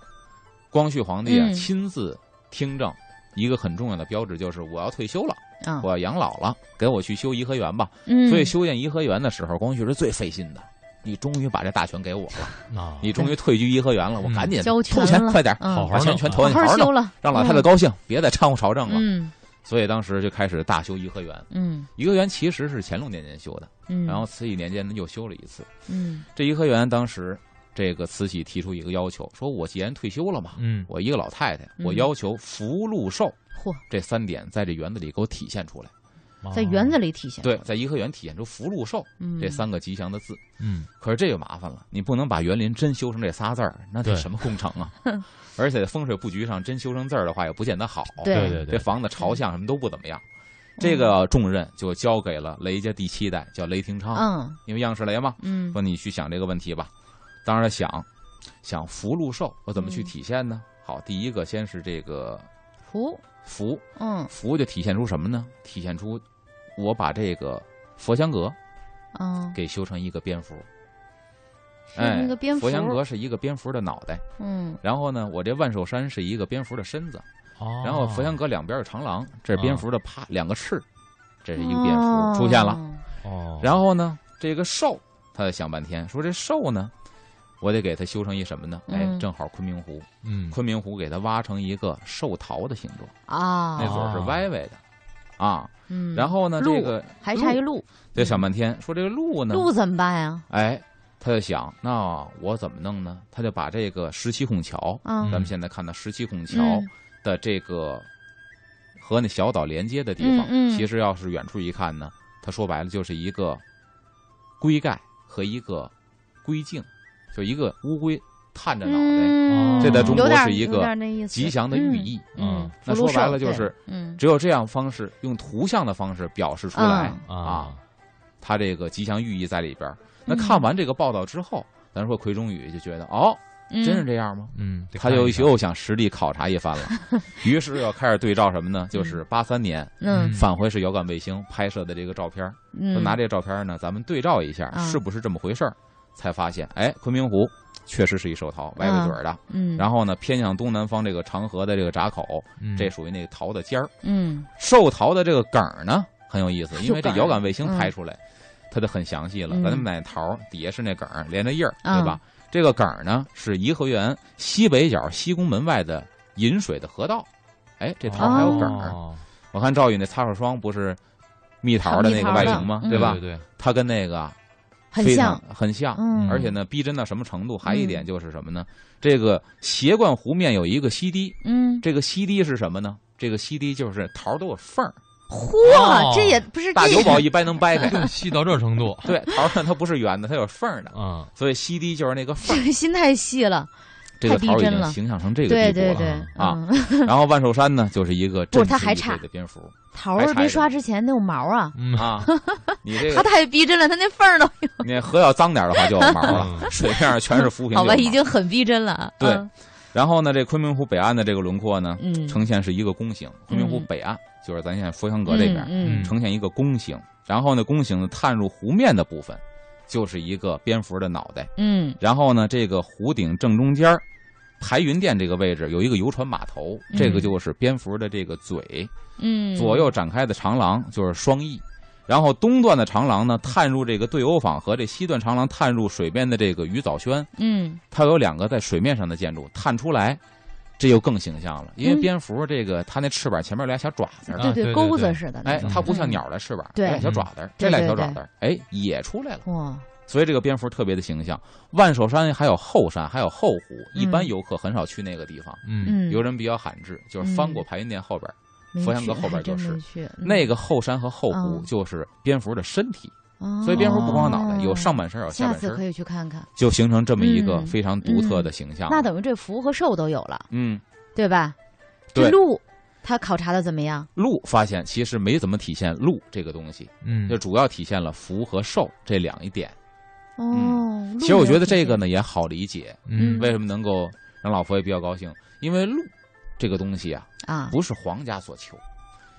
Speaker 3: 光绪皇帝啊、
Speaker 1: 嗯
Speaker 3: 亲自听政，一个很重要的标志就是我要退休了，
Speaker 1: 啊
Speaker 3: 我，要养老了，给我去修颐和园吧。
Speaker 1: 嗯
Speaker 3: 所以修建颐和园的时候，光绪是最费心的。你终于把这大权给我 了，
Speaker 2: 啊，
Speaker 3: 你终于退居颐和园了，我
Speaker 2: 嗯
Speaker 3: 赶紧
Speaker 1: 交权
Speaker 3: 出钱
Speaker 1: 了
Speaker 3: 快点儿，
Speaker 1: 嗯
Speaker 2: 好好
Speaker 3: 把钱
Speaker 2: 弄
Speaker 3: 全
Speaker 2: 啊
Speaker 3: 投进
Speaker 1: 好
Speaker 3: 条
Speaker 1: 好
Speaker 3: 儿
Speaker 1: 修
Speaker 3: 弄，
Speaker 1: 了，
Speaker 3: 让老太太高兴，别再掺和朝政了。
Speaker 1: 嗯
Speaker 3: 所以当时就开始大修颐和园。
Speaker 1: 嗯
Speaker 3: 颐和园其实是乾隆年间修的，
Speaker 1: 嗯，
Speaker 3: 然后慈禧年间呢又修了一次。
Speaker 1: 嗯
Speaker 3: 这颐和园当时，这个慈禧提出一个要求，说我既然退休了嘛，
Speaker 2: 嗯
Speaker 3: 我一个老太太，
Speaker 1: 嗯
Speaker 3: 我要求福禄寿
Speaker 1: 嚯
Speaker 3: 这三点在这园子里给我体现出来。
Speaker 1: 在园子里体现。
Speaker 3: 啊对，，在颐和园体现出福禄寿
Speaker 1: 嗯，
Speaker 3: 这三个吉祥的字。
Speaker 2: 嗯，
Speaker 3: 可是这就麻烦了，你不能把园林真修成这仨字儿，那得
Speaker 2: 对
Speaker 3: 什么工程 啊？而且风水布局上真修成字儿的话，也不见得好。
Speaker 1: 对嗯
Speaker 2: 对对
Speaker 3: 这
Speaker 2: 对，
Speaker 3: 房子朝向什么都不怎么样。这个重任就交给了雷家第七代，叫雷廷昌，
Speaker 1: 嗯
Speaker 3: 因为样式雷嘛，
Speaker 1: 嗯
Speaker 3: 说你去想这个问题吧。当然想，想福禄寿，我怎么
Speaker 1: 嗯
Speaker 3: 去体现呢？好，第一个先是这个
Speaker 1: 福，
Speaker 3: 福，
Speaker 1: 嗯
Speaker 3: 福就体现出什么呢？体现出我把这个佛香阁
Speaker 1: 嗯，
Speaker 3: 给修成一个蝙蝠，
Speaker 1: 是
Speaker 3: 哎，
Speaker 1: 那个蝙蝠
Speaker 3: 佛，香阁是一个蝙蝠的脑袋，
Speaker 1: 嗯
Speaker 3: 然后呢，我这万寿山是一个蝙蝠的身子，
Speaker 2: 哦，
Speaker 3: 然后佛香阁两边有长廊，这是蝙蝠的啪两个翅，这是一个蝙
Speaker 1: 哦
Speaker 3: 蝠出现了。
Speaker 2: 哦，
Speaker 3: 然后呢，这个兽，他想半天，说这兽呢，我得给它修成一什么呢？哎
Speaker 1: 嗯，
Speaker 3: 正好昆明湖，
Speaker 2: 嗯，
Speaker 3: 昆明湖给它挖成一个寿桃的形状，
Speaker 2: 哦
Speaker 3: 那
Speaker 1: 啊，
Speaker 3: 嘴儿是歪歪的，啊，
Speaker 1: 嗯，
Speaker 3: 哎然后呢，
Speaker 1: 鹿
Speaker 3: 这个
Speaker 1: 还差一
Speaker 3: 鹿
Speaker 1: 鹿，
Speaker 3: 得想半天，说这个鹿呢，
Speaker 1: 鹿怎么办呀？
Speaker 3: 哎，他就想，那我怎么弄呢？他就把这个十七孔桥，
Speaker 1: 啊，
Speaker 2: 嗯
Speaker 3: 咱们现在看到十七孔桥
Speaker 1: 嗯
Speaker 3: 的这个和那小岛连接的地方，
Speaker 1: 嗯嗯
Speaker 3: 其实要是远处一看呢，它说白了就是一个龟盖和一个龟镜，就一个乌龟探着脑袋，
Speaker 1: 嗯
Speaker 2: 这在中
Speaker 3: 国
Speaker 1: 有点
Speaker 3: 是一个
Speaker 1: 有点那意思
Speaker 3: 吉祥的寓意。
Speaker 1: 嗯，嗯
Speaker 3: 那说白了就是，
Speaker 1: 福禄寿对嗯
Speaker 3: 只有这样方式，用图像的方式表示出来、
Speaker 2: 啊
Speaker 3: 啊，它这个吉祥寓意在里边儿。那
Speaker 1: 嗯
Speaker 3: 看完这个报道之后，咱说奎中宇就觉得，哦，
Speaker 1: 嗯，
Speaker 3: 真是这样吗？
Speaker 2: 嗯，得
Speaker 3: 他
Speaker 2: 看
Speaker 3: 就
Speaker 2: 一看
Speaker 3: 又想实地考察一番了，于是又开始对照什么呢？就是八三年
Speaker 1: 嗯
Speaker 2: 嗯
Speaker 3: 返回式遥感卫星拍摄的这个照片儿，就
Speaker 1: 嗯，
Speaker 3: 拿这个照片儿呢，咱们对照一下
Speaker 1: 啊
Speaker 3: 是不是这么回事儿，才发现，哎，昆明湖确实是一寿桃，歪歪嘴儿的。
Speaker 1: 嗯，
Speaker 3: 然后呢，偏向东南方这个长河的这个闸口，
Speaker 2: 嗯
Speaker 3: 这属于那个桃的尖儿。
Speaker 1: 嗯
Speaker 3: 寿桃的这个梗儿呢很有意思，
Speaker 1: 还有
Speaker 3: 因为这
Speaker 1: 啊梗儿
Speaker 3: 遥感卫星拍出来，它就很详细了。
Speaker 1: 嗯
Speaker 3: 咱们买桃儿底下是那梗儿，连着叶儿，
Speaker 1: 啊
Speaker 3: 对吧？这个梗儿呢是颐和园西北角西宫门外的引水的河道。哎，这桃儿还有梗儿。
Speaker 2: 哦
Speaker 3: 我看赵宇那擦手霜不是蜜桃的那个外形吗？
Speaker 1: 蜜桃的嗯
Speaker 3: 对吧？
Speaker 2: 对对，
Speaker 3: 它跟那个
Speaker 1: 很
Speaker 3: 非
Speaker 1: 像
Speaker 3: 常，很像。
Speaker 1: 嗯，
Speaker 3: 而且呢，逼真到什么程度？还一点就是什么呢？这个斜冠湖面有一个溪堤，
Speaker 1: 嗯，
Speaker 3: 这个溪堤是什么呢？这个溪堤就是桃儿都有缝儿，
Speaker 2: 哦
Speaker 1: 嚯，这也不是
Speaker 3: 大
Speaker 1: 这
Speaker 3: 酒保一掰能掰开。
Speaker 2: 又细到这程度，
Speaker 3: 对，桃儿呢它不是圆的，它有缝儿的，
Speaker 2: 嗯，
Speaker 3: 所以西堤就是那个缝 儿。
Speaker 1: 这个心太细了，
Speaker 3: 这 个
Speaker 1: 太逼
Speaker 3: 桃儿已
Speaker 1: 真
Speaker 3: 经
Speaker 1: 了
Speaker 3: 形象成这个地步
Speaker 1: 对对
Speaker 3: 了。
Speaker 1: 对
Speaker 3: 啊，
Speaker 1: 嗯
Speaker 3: 然后万寿山呢，就是一个
Speaker 1: 不
Speaker 3: 真
Speaker 1: 是它
Speaker 3: 实
Speaker 1: 还
Speaker 3: 一
Speaker 1: 差
Speaker 3: 对的蝙蝠
Speaker 1: 桃
Speaker 3: 还
Speaker 1: 儿
Speaker 3: 差
Speaker 1: 没
Speaker 3: 一
Speaker 1: 刷之前那有毛啊，
Speaker 2: 嗯
Speaker 3: 啊。你这
Speaker 1: 它
Speaker 3: 个
Speaker 1: 太逼真了，它那缝儿都
Speaker 3: 你河要脏点儿的话就有毛了，
Speaker 2: 嗯
Speaker 3: 水面上全是浮萍。
Speaker 1: 好吧，
Speaker 3: 就有
Speaker 1: 已
Speaker 3: 毛
Speaker 1: 经很逼真了啊。
Speaker 3: 对
Speaker 1: 嗯
Speaker 3: 然后呢，这昆明湖北岸的这个轮廓呢，
Speaker 1: 嗯，
Speaker 3: 呈现是一个弓形。昆明湖
Speaker 1: 嗯
Speaker 3: 北岸就是咱现在佛香阁这边
Speaker 1: 嗯
Speaker 2: 嗯
Speaker 3: 呈现一个弓形，然后呢，弓形呢探入湖面的部分就是一个蝙蝠的脑袋。
Speaker 1: 嗯
Speaker 3: 然后呢，这个湖顶正中间儿，排云殿这个位置有一个游船码头，
Speaker 1: 嗯
Speaker 3: 这个就是蝙蝠的这个嘴，
Speaker 1: 嗯，
Speaker 3: 左右展开的长廊就是双翼。然后东段的长廊呢，探入这个对欧坊和这西段长廊探入水边的这个鱼藻轩，
Speaker 1: 嗯
Speaker 3: 它有两个在水面上的建筑探出来，这就更形象了。因为
Speaker 1: 嗯
Speaker 3: 蝙蝠这个它那翅膀前面有俩小爪子儿，
Speaker 2: 啊对
Speaker 1: 对，
Speaker 2: 对
Speaker 1: 钩子
Speaker 2: 对
Speaker 1: 似的那
Speaker 3: 哎
Speaker 1: 种，，
Speaker 3: 它不像
Speaker 1: 嗯
Speaker 3: 鸟的翅膀，
Speaker 1: 对
Speaker 3: 有俩小爪子儿，
Speaker 1: 对
Speaker 3: 这俩
Speaker 1: 对
Speaker 3: 小
Speaker 1: 对
Speaker 3: 爪子儿，哎，也出来了。
Speaker 1: 哇，
Speaker 3: 所以这个蝙蝠特别的形象。万寿山还有后山，还有后湖，
Speaker 1: 嗯
Speaker 3: 一般游客很少去那个地方，
Speaker 2: 嗯
Speaker 1: 嗯，
Speaker 3: 游人比较罕至，就是翻过排云殿后边儿，
Speaker 1: 没
Speaker 3: 佛像
Speaker 1: 去
Speaker 3: 阁后边
Speaker 1: 还真
Speaker 3: 就是
Speaker 1: 没去
Speaker 3: 那个后山和后湖
Speaker 1: 嗯
Speaker 3: 就是蝙蝠的身体，
Speaker 1: 嗯
Speaker 3: 所以蝙蝠不光有脑
Speaker 1: 哦
Speaker 3: 袋，有上半身，有下
Speaker 1: 下
Speaker 3: 半
Speaker 1: 次
Speaker 3: 身
Speaker 1: 可，以去看看。
Speaker 3: 就形成这么一个
Speaker 1: 嗯
Speaker 3: 非常独特的形象。
Speaker 1: 那等于这福和寿都有了，
Speaker 3: 嗯，
Speaker 1: 对吧？
Speaker 3: 对
Speaker 1: 这鹿它考察的怎么样？
Speaker 3: 鹿发现其实没怎么体现鹿这个东西，
Speaker 2: 嗯，
Speaker 3: 就主要体现了福和寿这两一点。
Speaker 1: 哦，
Speaker 3: 嗯其实我觉得这个呢也好理解，
Speaker 2: 嗯
Speaker 3: 为什么能够让老佛爷比较高兴，因为鹿这个东西啊，
Speaker 1: 啊，
Speaker 3: 不是皇家所求。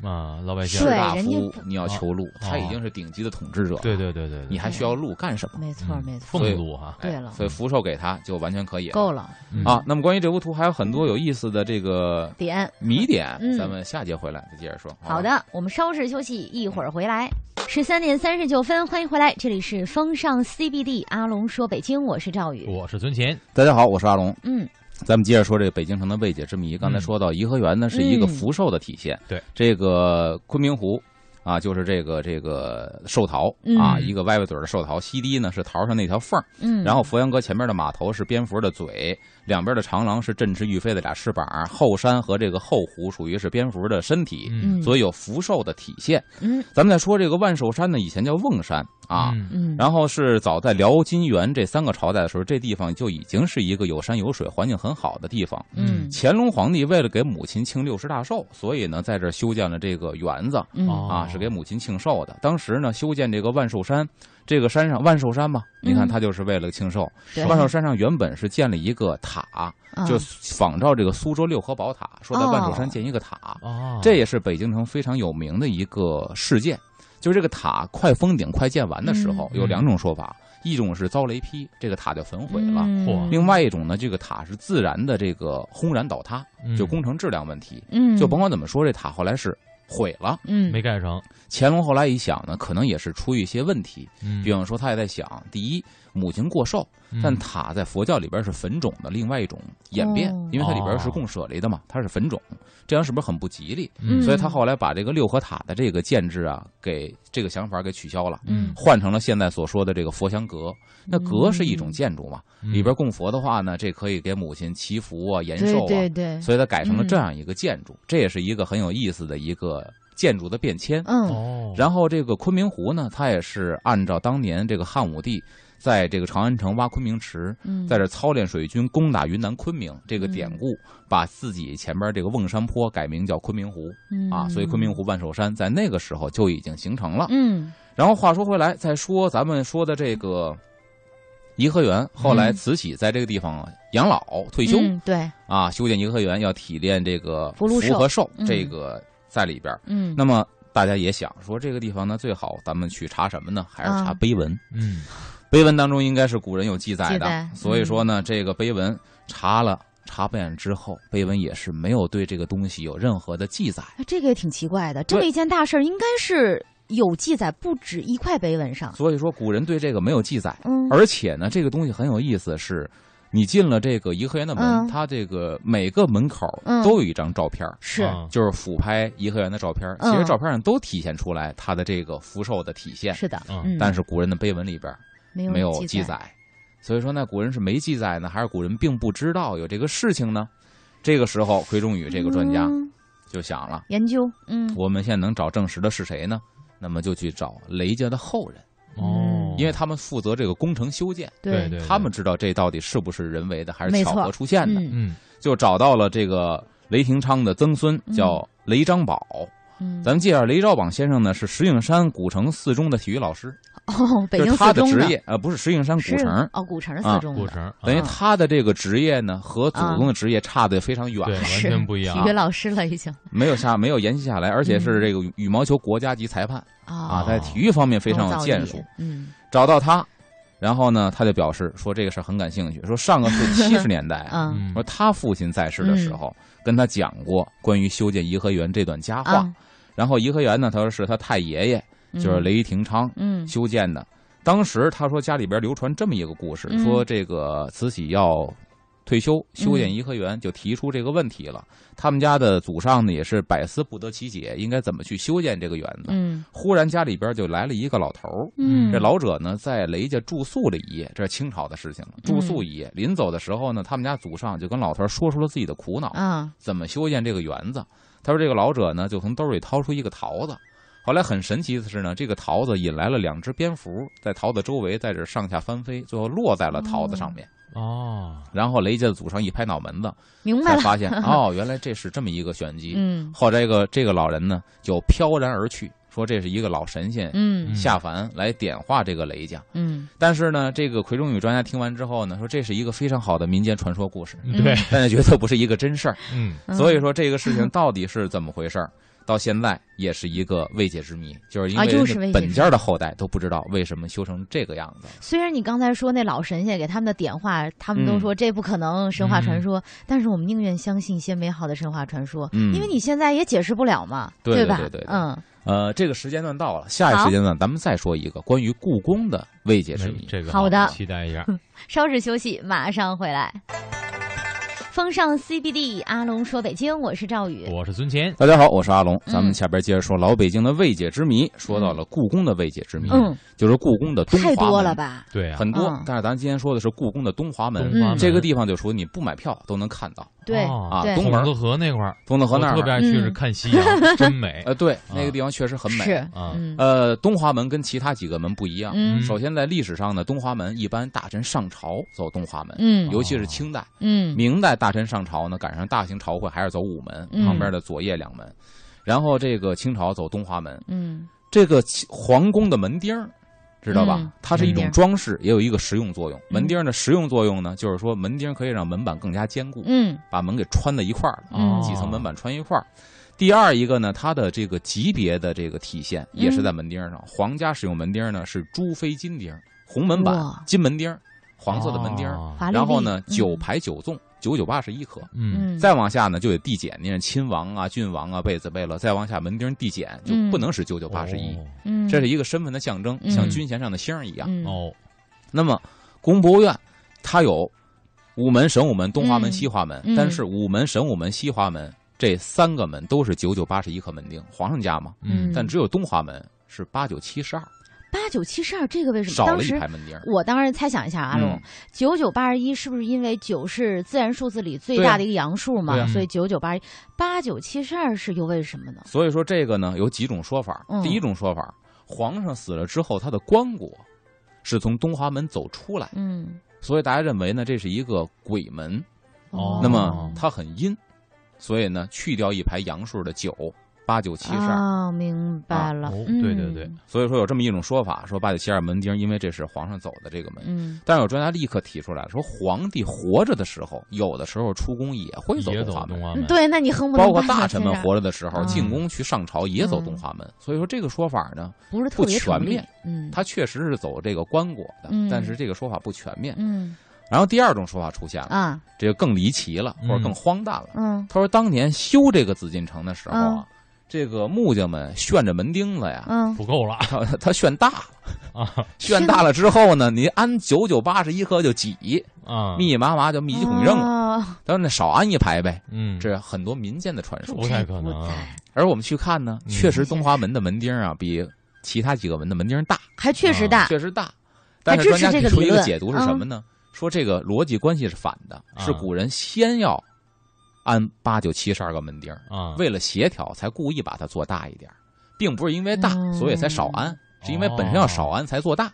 Speaker 2: 啊，老百姓
Speaker 3: 士
Speaker 1: 对
Speaker 3: 大
Speaker 1: 人家
Speaker 3: 夫
Speaker 1: 不，哦
Speaker 3: 你要求路，他已经是顶级的统治者了，
Speaker 2: 对对对对，
Speaker 3: 你还需要路干什么？
Speaker 1: 没错儿没错儿，
Speaker 2: 俸禄哈，
Speaker 3: 哎
Speaker 1: 对了
Speaker 3: 所以福寿给他就完全可以了
Speaker 1: 够了
Speaker 2: 嗯
Speaker 3: 啊。那么关于这幅图还有很多有意思的这个
Speaker 1: 点。
Speaker 3: 谜点
Speaker 1: 嗯，
Speaker 3: 咱们下节回来再接着说。吧
Speaker 1: 好，的，我们稍事休息，一会儿回来。十三点三十九分，欢迎回来，这里是风尚 CBD，阿龙说北京，我是赵
Speaker 3: 哦
Speaker 1: 宇。
Speaker 2: 我是存钱，
Speaker 3: 大家好，我是阿龙，
Speaker 1: 嗯
Speaker 3: 咱们接着说这北京城的未解之谜。刚才说到颐和园呢是一个
Speaker 1: 嗯
Speaker 3: 福寿的体现，
Speaker 2: 对
Speaker 3: 这个昆明湖。啊，就是这个这个寿桃
Speaker 1: 嗯
Speaker 3: 啊，一个歪歪嘴儿的寿桃，西堤呢是桃上那条缝儿，
Speaker 1: 嗯，
Speaker 3: 然后佛阳阁前面的码头是蝙蝠的嘴，两边的长廊是振翅欲飞的俩翅膀，后山和这个后湖属于是蝙蝠的身体，
Speaker 2: 嗯
Speaker 1: 嗯，
Speaker 3: 所以有福寿的体现。
Speaker 1: 嗯
Speaker 3: 咱们再说这个万寿山呢，以前叫瓮山啊。
Speaker 2: 嗯
Speaker 1: 嗯，
Speaker 3: 然后是早在辽、金、元这三个朝代的时候，这地方就已经是一个有山有水、环境很好的地方。
Speaker 1: 嗯
Speaker 3: 乾隆皇帝为了给母亲庆六十大寿，所以呢，在这儿修建了这个园子
Speaker 1: 嗯
Speaker 2: 哦
Speaker 3: 啊，是给母亲庆寿的。当时呢，修建这个万寿山，这个山上万寿山嘛，你看
Speaker 1: 嗯
Speaker 3: 它就是为了庆寿。
Speaker 1: 对
Speaker 3: 万寿山上原本是建了一个塔，
Speaker 1: 啊
Speaker 3: 就仿照这个苏州六合宝塔，说在万寿
Speaker 1: 哦
Speaker 3: 山建一个塔。
Speaker 2: 哦，
Speaker 3: 这也是北京城非常有名的一个事件，就是这个塔快封顶、快建完的时候，
Speaker 2: 嗯
Speaker 3: 有两种说法，一种是遭雷劈，这个塔就焚毁了；
Speaker 1: 嗯
Speaker 2: 嚯
Speaker 3: 另外一种呢，这个塔是自然的这个轰然倒塌，
Speaker 2: 嗯
Speaker 3: 就工程质量问题。
Speaker 1: 嗯
Speaker 3: 就甭管怎么说，这塔后来是毁了。
Speaker 1: 嗯
Speaker 2: 没盖成，
Speaker 3: 乾隆后来一想呢，可能也是出于一些问题，
Speaker 2: 嗯
Speaker 3: 比方说他也在想，第一，母亲过寿，但塔在佛教里边是坟冢的另外一种演变
Speaker 1: 哦，
Speaker 3: 因为它里边是供舍离的嘛，它是坟冢，这样是不是很不吉利？
Speaker 2: 嗯
Speaker 3: 所以他后来把这个六合塔的这个建制啊，给这个想法给取消了，
Speaker 1: 嗯
Speaker 3: 换成了现在所说的这个佛香阁。那阁是一种建筑嘛，
Speaker 2: 嗯
Speaker 3: 里边供佛的话呢，这可以给母亲祈福啊、延寿
Speaker 1: 对对
Speaker 3: 啊，
Speaker 1: 嗯对，
Speaker 3: 所以它改成了这样一个建筑，这也是一个很有意思的一个建筑的变迁。
Speaker 1: 嗯
Speaker 2: 哦，
Speaker 3: 然后这个昆明湖呢，它也是按照当年这个汉武帝在这个长安城挖昆明池，
Speaker 1: 嗯，
Speaker 3: 在这操练水军攻打云南昆明这个典故，把自己前边这个瓮山坡改名叫昆明湖。
Speaker 1: 嗯
Speaker 3: 啊，所以昆明湖万寿山在那个时候就已经形成了。
Speaker 1: 嗯
Speaker 3: 然后话说回来，再说咱们说的这个颐和园，后来慈禧在这个地方养老退休、
Speaker 1: 嗯对
Speaker 3: 啊，修建颐和园要提炼这个
Speaker 1: 福禄寿
Speaker 3: 和寿
Speaker 1: 嗯
Speaker 3: 这个在里边儿。
Speaker 1: 嗯
Speaker 3: 那么大家也想说，这个地方呢最好咱们去查什么呢？还是查
Speaker 1: 啊
Speaker 3: 碑文。
Speaker 2: 嗯
Speaker 3: 碑文当中应该是古人有记载
Speaker 1: 记
Speaker 3: 的，
Speaker 1: 载嗯
Speaker 3: 所以说呢，这个碑文查了查遍之后，碑文也是没有对这个东西有任何的记载。
Speaker 1: 那哎这个也挺奇怪的，这么
Speaker 3: 对
Speaker 1: 一件大事儿应该是有记载不止一块碑文上，
Speaker 3: 所以说古人对这个没有记载，
Speaker 1: 嗯
Speaker 3: 而且呢，这个东西很有意思是。你进了这个颐和园的门，
Speaker 1: 嗯
Speaker 3: 它这个每个门口
Speaker 1: 嗯
Speaker 3: 都有一张照片儿，
Speaker 1: 是
Speaker 2: 啊
Speaker 3: 就是俯拍颐和园的照片儿。
Speaker 1: 嗯
Speaker 3: 其实照片上都体现出来它的这个福寿的体现，
Speaker 1: 是的，
Speaker 2: 嗯
Speaker 3: 但是古人的碑文里边儿
Speaker 1: 没
Speaker 3: 没有
Speaker 1: 记载，
Speaker 3: 载。所以说呢，古人是没记载呢，还是古人并不知道有这个事情呢？这个时候，魁中宇这个专家
Speaker 1: 嗯
Speaker 3: 就想了：
Speaker 1: 研究，嗯
Speaker 3: 我们现在能找证实的是谁呢？那么就去找雷家的后人，
Speaker 1: 嗯
Speaker 2: 哦，
Speaker 3: 因为他们负责这个工程修建，
Speaker 2: 对对，
Speaker 3: 他们知道这到底是不是人为的，还
Speaker 1: 没
Speaker 3: 是巧
Speaker 1: 错
Speaker 3: 合出现的，
Speaker 1: 嗯
Speaker 2: 嗯
Speaker 3: 就找到了这个雷霆昌的曾孙，叫雷章宝。
Speaker 1: 嗯
Speaker 3: 咱们介绍雷兆榜先生呢，是石景山古城四中的体育老师，
Speaker 1: 哦，北
Speaker 3: 就
Speaker 1: 京
Speaker 3: 是他
Speaker 1: 四
Speaker 3: 的
Speaker 1: 中
Speaker 3: 职业，呃，不是石景山
Speaker 1: 是
Speaker 3: 古城，
Speaker 1: 哦，古城是
Speaker 3: 啊
Speaker 1: 四中
Speaker 2: 过
Speaker 1: 的
Speaker 2: 程
Speaker 3: 等于
Speaker 1: 啊
Speaker 3: 他的这个职业呢，和祖宗的职业差得非常远
Speaker 2: 对，
Speaker 3: 了，
Speaker 2: 完
Speaker 1: 是
Speaker 2: 全不一样
Speaker 1: 体育老师了已经
Speaker 3: 没有下没有延续下来，而且是这个羽毛球国家级裁判啊，
Speaker 1: 啊
Speaker 3: 在体育方面非常有建，
Speaker 1: 高
Speaker 3: 树
Speaker 1: 造诣。嗯
Speaker 3: 找到他，然后呢，他就表示说这个事儿很感兴趣，说上个世纪七十年代 啊，
Speaker 1: 啊
Speaker 2: 嗯
Speaker 3: 说他父亲在世的时候
Speaker 1: 嗯
Speaker 3: 跟他讲过关于修建颐和园这段佳话，
Speaker 1: 啊，
Speaker 3: 然后颐和园呢，他说是他太爷爷就是
Speaker 1: 嗯
Speaker 3: 雷霆昌
Speaker 1: 嗯
Speaker 3: 修建的。当时他说家里边流传这么一个故事，
Speaker 1: 嗯
Speaker 3: 说这个慈禧要退休修建颐和园，就提出这个问题
Speaker 1: 嗯
Speaker 3: 了。他们家的祖上呢也是百思不得其解，应该怎么去修建这个园子？
Speaker 1: 嗯
Speaker 3: 忽然家里边就来了一个老头儿。
Speaker 1: 嗯，
Speaker 3: 这老者呢，在雷家住宿了一夜，这是清朝的事情了。住宿
Speaker 1: 嗯
Speaker 3: 一夜，临走的时候呢，他们家祖上就跟老头儿说出了自己的苦恼。
Speaker 1: 啊
Speaker 3: 怎么修建这个园子。他说这个老者呢，就从兜里掏出一个桃子。后来很神奇的是呢，这个桃子引来了两只蝙蝠，在桃子周围在这上下翻飞，最后落在了桃子上面。
Speaker 2: 哦，
Speaker 3: 然后雷家的祖上一拍脑 门子，
Speaker 1: 明白
Speaker 3: 才
Speaker 1: 了，
Speaker 3: 发现哦，原来这是这么一个玄机。
Speaker 1: 嗯
Speaker 3: 后来这个这个老人呢，就飘然而去，说这是一个老神仙
Speaker 1: 嗯
Speaker 3: 下凡来点化这个雷家。
Speaker 1: 嗯
Speaker 3: 但是呢，这个魁中宇专家听完之后呢，说这是一个非常好的民间传说故事，
Speaker 1: 嗯
Speaker 2: 对，
Speaker 3: 但是觉得不是一个真事儿。
Speaker 2: 嗯
Speaker 1: 嗯，
Speaker 3: 所以说这个事情到底是怎么回事儿，到现在也是一个未解之谜，就是因
Speaker 1: 啊
Speaker 3: 为
Speaker 1: 就
Speaker 3: 人
Speaker 1: 是未解
Speaker 3: 家本
Speaker 1: 之
Speaker 3: 家的后代都不知道为什么修成这个样子。
Speaker 1: 嗯虽然你刚才说那老神仙给他们的点化，他们都
Speaker 3: 嗯
Speaker 1: 说这不可能，神话传说，但是我们宁愿相信一些美好的神话传说，
Speaker 3: 嗯
Speaker 1: 因为你现在也解释不了嘛，
Speaker 3: 对对
Speaker 1: 吧？
Speaker 3: 对对对
Speaker 1: 嗯，
Speaker 3: 呃，这个时间段到了，下
Speaker 1: 好
Speaker 3: 一时间段咱们再说一个关于故宫的未解之
Speaker 2: 没
Speaker 3: 谜。
Speaker 2: 这 个
Speaker 1: 好的
Speaker 2: 期待一下。
Speaker 1: 稍事休息，马上回来。风尚 CBD，阿龙说北京，我是赵宇。
Speaker 2: 我是孙乾，
Speaker 3: 大家好，我是阿龙，
Speaker 1: 嗯
Speaker 3: 咱们下边接着说老北京的未解之谜。说到了故宫的未解之谜，
Speaker 1: 嗯，
Speaker 3: 就是故宫的东华
Speaker 4: 太
Speaker 3: 门，
Speaker 4: 多了吧？
Speaker 2: 对啊，嗯哦
Speaker 3: 很多。
Speaker 1: 嗯
Speaker 3: 但是咱今天说的是故宫的东华门，
Speaker 2: 东华门
Speaker 3: 嗯这个地方就属于你不买票都能看到
Speaker 1: 对，
Speaker 2: 啊，
Speaker 3: 啊
Speaker 1: 嗯对。
Speaker 3: 东门
Speaker 2: 黄河河那块儿，
Speaker 3: 东德河那
Speaker 2: 我特别
Speaker 3: 儿，啊
Speaker 2: 爱去是
Speaker 1: 嗯
Speaker 2: 看夕阳， 真美。哦
Speaker 3: 呃，对，那个地方确实很
Speaker 1: 是
Speaker 3: 美。
Speaker 2: 啊
Speaker 1: 嗯
Speaker 3: 呃，东华门跟其他几个门不一样。
Speaker 1: 嗯
Speaker 3: 首先，在历史上呢，东华门一般大臣上朝走东华门，
Speaker 1: 嗯
Speaker 3: 尤其是清代、
Speaker 1: 嗯
Speaker 3: 明代大臣上朝呢，赶上大型朝会还是走午门、
Speaker 1: 嗯
Speaker 3: 旁边的左掖两门，然后这个清朝走东华门，
Speaker 1: 嗯
Speaker 3: 这个其皇宫的门钉儿，知道吧？
Speaker 1: 嗯
Speaker 3: 它是一
Speaker 1: 门钉
Speaker 3: 种
Speaker 1: 儿
Speaker 3: 装饰，也有一个实用作用。
Speaker 1: 嗯
Speaker 3: 门钉儿的实用作用呢，就是说门钉儿可以让门板更加坚固，
Speaker 1: 嗯
Speaker 3: 把门给穿在一块儿了，
Speaker 1: 嗯
Speaker 3: 几层门板穿一块儿。第二一个呢，它的这个级别的这个体现也
Speaker 1: 嗯
Speaker 3: 是在门钉儿上。皇家使用门钉儿呢是朱飞金钉儿、红门板
Speaker 1: 哇、
Speaker 3: 金门钉儿、黄色的门钉儿，
Speaker 2: 哦
Speaker 1: 华丽
Speaker 3: 然后呢
Speaker 1: 丽
Speaker 3: 九排九纵，九九八十一颗。
Speaker 2: 嗯，
Speaker 1: 嗯，
Speaker 3: 再往下呢，就得递减，你看亲王啊、郡王啊、贝子贝勒，再往下门钉儿递减就
Speaker 1: 嗯
Speaker 3: 不能是九九八十一。
Speaker 2: 哦
Speaker 1: 嗯
Speaker 3: 这是一个身份的象征，
Speaker 1: 嗯
Speaker 3: 像军衔上的星儿一样。
Speaker 1: 嗯
Speaker 2: 哦，
Speaker 3: 那么，宫博院它有午门、神武门、东华门、
Speaker 1: 嗯
Speaker 3: 西华门，
Speaker 1: 嗯
Speaker 3: 但是午门、神武门、西华门这三个门都是九九八十一颗门钉，皇上家嘛，
Speaker 1: 嗯
Speaker 3: 但只有东华门是八九七十二，
Speaker 1: 八九七十二这个为什么？
Speaker 3: 少
Speaker 1: 当
Speaker 3: 了一
Speaker 1: 时
Speaker 3: 排门钉儿。
Speaker 1: 我当时猜想一下，阿龙
Speaker 3: 嗯，
Speaker 1: 九九八十一是不是因为九是自然数字里最
Speaker 3: 对啊
Speaker 1: 大的一个阳数嘛？
Speaker 3: 对啊
Speaker 1: 所以九九八一八九七十二是又为什么呢？
Speaker 3: 所以说这个呢有几种说法
Speaker 1: 嗯。
Speaker 3: 第一种说法，皇上死了之后，他的棺椁是从东华门走出来，
Speaker 1: 嗯，
Speaker 3: 所以大家认为呢这是一个鬼门。
Speaker 2: 哦
Speaker 3: 那么它很阴，所以呢，去掉一排阳数的九，八九七十二。
Speaker 1: 啊，明白了
Speaker 2: 啊哦，
Speaker 1: 嗯
Speaker 2: 对对对，
Speaker 3: 所以说有这么一种说法，说八九七十二门钉，因为这是皇上走的这个门。
Speaker 1: 嗯，
Speaker 3: 但有专家立刻提出来说，皇帝活着的时候，有的时候出宫也会走
Speaker 2: 也
Speaker 3: 东
Speaker 2: 走
Speaker 3: 华
Speaker 2: 东
Speaker 3: 门，
Speaker 2: 华
Speaker 1: 嗯
Speaker 2: 门，
Speaker 1: 对，那你哼不能
Speaker 3: 包括
Speaker 1: 把
Speaker 3: 大臣们
Speaker 1: 这样
Speaker 3: 活着的时候
Speaker 1: 嗯
Speaker 3: 进宫去上朝也走东华门。所以说这个说法呢，
Speaker 2: 嗯
Speaker 1: 不是特别
Speaker 3: 不全
Speaker 1: 成立
Speaker 3: 面，
Speaker 1: 嗯，
Speaker 3: 它确实是走这个棺椁的
Speaker 1: 嗯，
Speaker 3: 但是这个说法不全面。
Speaker 1: 嗯
Speaker 3: 然后第二种说法出现了，
Speaker 1: 啊
Speaker 3: 这个更离奇了，或者更
Speaker 2: 嗯
Speaker 3: 荒诞了。
Speaker 1: 嗯
Speaker 3: 他说当年修这个紫禁城的时候
Speaker 1: 嗯
Speaker 3: 啊，这个木匠们炫着门钉子呀，
Speaker 1: 嗯，
Speaker 2: 不够了
Speaker 3: 他他炫大了，
Speaker 2: 啊
Speaker 3: 炫大了之后呢，你按九九八十一颗就挤，
Speaker 2: 啊，
Speaker 3: 密密麻麻就密集恐惧症了。
Speaker 1: 了，
Speaker 3: 他说那少安一排呗，
Speaker 2: 嗯，
Speaker 3: 这是很多民间的传说。
Speaker 2: 不太可能
Speaker 1: 不在
Speaker 3: 而我们去看呢，
Speaker 2: 嗯
Speaker 3: 确实东华门的门钉啊比其他几个门的门钉大，
Speaker 1: 还确实大，
Speaker 3: 确实大。
Speaker 1: 还
Speaker 3: 但是专家
Speaker 1: 支持这
Speaker 3: 给
Speaker 1: 个
Speaker 3: 出一
Speaker 1: 理
Speaker 3: 个
Speaker 1: 论嗯
Speaker 3: 解读是什么呢？说这个逻辑关系是反的，
Speaker 2: 啊
Speaker 3: 是古人先要安八九七十二个门钉儿。
Speaker 2: 啊，
Speaker 3: 为了协调，才故意把它做大一点儿，并不是因为大
Speaker 1: 嗯
Speaker 3: 所以才少安，是因为本身要少安才做大，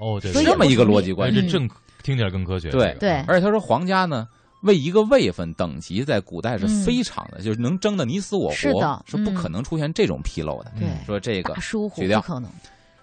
Speaker 2: 哦，对
Speaker 1: 所以
Speaker 2: 对
Speaker 3: 这么一个逻辑
Speaker 2: 对
Speaker 3: 关
Speaker 2: 这
Speaker 3: 系。
Speaker 1: 嗯
Speaker 2: 正听起来更科学，
Speaker 3: 对
Speaker 2: 这个
Speaker 1: 对
Speaker 3: 而且他说皇家呢，为一个位分等级，在古代是
Speaker 1: 嗯
Speaker 3: 非常的，就是能争得你死我活，
Speaker 1: 是
Speaker 3: 是
Speaker 1: 的嗯
Speaker 3: 不可能出现这种纰漏的。
Speaker 1: 对
Speaker 2: 嗯
Speaker 3: 说这个
Speaker 1: 大疏忽
Speaker 3: 取
Speaker 1: 不
Speaker 3: 掉
Speaker 1: 可能。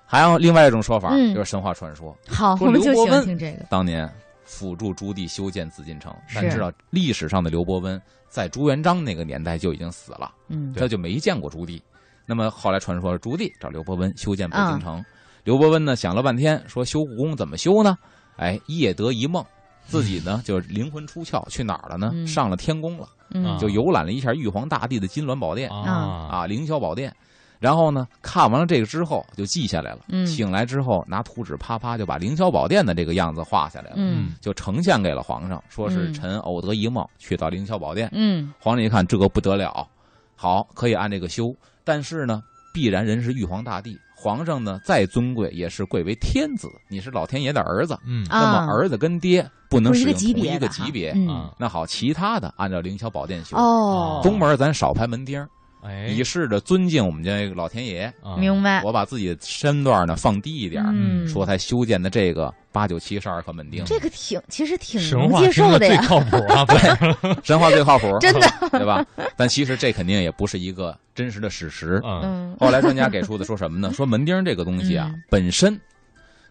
Speaker 3: 还有另外一种说法，
Speaker 1: 嗯
Speaker 3: 就是神话传说，
Speaker 1: 好，
Speaker 3: 说
Speaker 1: 我们就
Speaker 3: 刘伯
Speaker 1: 喜欢
Speaker 3: 温
Speaker 1: 听这个，
Speaker 3: 当年辅助朱棣修建紫禁城，但
Speaker 1: 是
Speaker 3: 知道历史上的刘伯温在朱元璋那个年代就已经死了。
Speaker 1: 嗯
Speaker 2: 对
Speaker 3: 他就没见过朱棣。那么后来传说朱棣找刘伯温修建北
Speaker 1: 嗯
Speaker 3: 京城，刘伯温呢想了半天，说修故宫怎么修呢？哎，夜得一梦，自己
Speaker 2: 嗯
Speaker 3: 呢就灵魂出窍，去哪儿了呢？
Speaker 1: 嗯
Speaker 3: 上了天宫了，
Speaker 1: 嗯
Speaker 2: 啊
Speaker 3: 就游览了一下玉皇大帝的金銮宝殿
Speaker 2: 啊
Speaker 3: 啊，凌霄宝殿。然后呢，看完了这个之后就记下来了。
Speaker 1: 嗯
Speaker 3: 醒来之后拿图纸啪啪就把凌霄宝殿的这个样子画下来了，
Speaker 1: 嗯
Speaker 3: 就呈现给了皇上，说是
Speaker 1: 嗯
Speaker 3: 臣偶得一梦，去到凌霄宝殿。
Speaker 1: 嗯
Speaker 3: 皇上一看这个不得了，好，可以按这个修，但是呢，必然人是玉皇大帝，皇上呢再尊贵也是贵为天子，你是老天爷的儿子，
Speaker 2: 嗯
Speaker 1: 啊
Speaker 3: 那么儿子跟爹不能
Speaker 1: 不是一个
Speaker 3: 使用
Speaker 1: 级
Speaker 3: 同
Speaker 1: 别
Speaker 3: 一
Speaker 1: 的
Speaker 3: 个
Speaker 1: 哈
Speaker 3: 级别。
Speaker 1: 嗯
Speaker 2: 啊，
Speaker 3: 那好，其他的按照凌霄宝殿修，
Speaker 1: 哦，
Speaker 3: 东门咱少排门钉儿，
Speaker 2: 哎，
Speaker 3: 以示着尊敬我们家这个老天爷。
Speaker 2: 啊
Speaker 1: 嗯明白，
Speaker 3: 我把自己的身段呢放低一点儿，
Speaker 1: 哎嗯，
Speaker 3: 说才修建的这个八九七十二颗门钉，
Speaker 1: 这个挺其实挺
Speaker 2: 神
Speaker 1: 能
Speaker 2: 话
Speaker 1: 接
Speaker 2: 听
Speaker 1: 受
Speaker 2: 着
Speaker 1: 的
Speaker 2: 最
Speaker 1: 呀，
Speaker 2: 靠谱啊， 对，
Speaker 3: 神话最靠谱，
Speaker 1: 真的，
Speaker 3: 对吧？但其实这肯定也不是一个真实的史实，
Speaker 2: 嗯
Speaker 1: 嗯
Speaker 3: 后来专家给出的说什么 呢？说门钉儿这个东西啊，
Speaker 1: 嗯
Speaker 3: 本身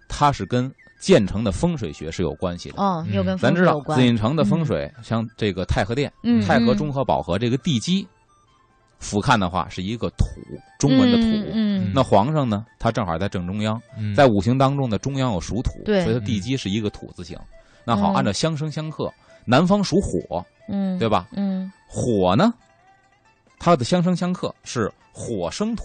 Speaker 3: 它是跟建成的风水学是有关系的。
Speaker 1: 哦，又
Speaker 2: 嗯
Speaker 1: 跟
Speaker 3: 咱
Speaker 1: 风
Speaker 3: 知
Speaker 1: 水有
Speaker 3: 道紫
Speaker 1: 关，
Speaker 3: 禁城的风水，像这个太和殿、
Speaker 1: 嗯，
Speaker 3: 太和、
Speaker 1: 嗯
Speaker 3: 中和、保和这个地基，俯瞰的话是一个土，中文的土。
Speaker 1: 嗯，嗯
Speaker 3: 那皇上呢，他正好在正中央，
Speaker 2: 嗯，
Speaker 3: 在五行当中的中央有属土，
Speaker 1: 对
Speaker 3: 所以它地基是一个土字形。那好，
Speaker 1: 嗯
Speaker 3: 按照相生相克，南方属火，
Speaker 1: 嗯，
Speaker 3: 对吧？
Speaker 1: 嗯，
Speaker 3: 火呢，它的相生相克是火生土，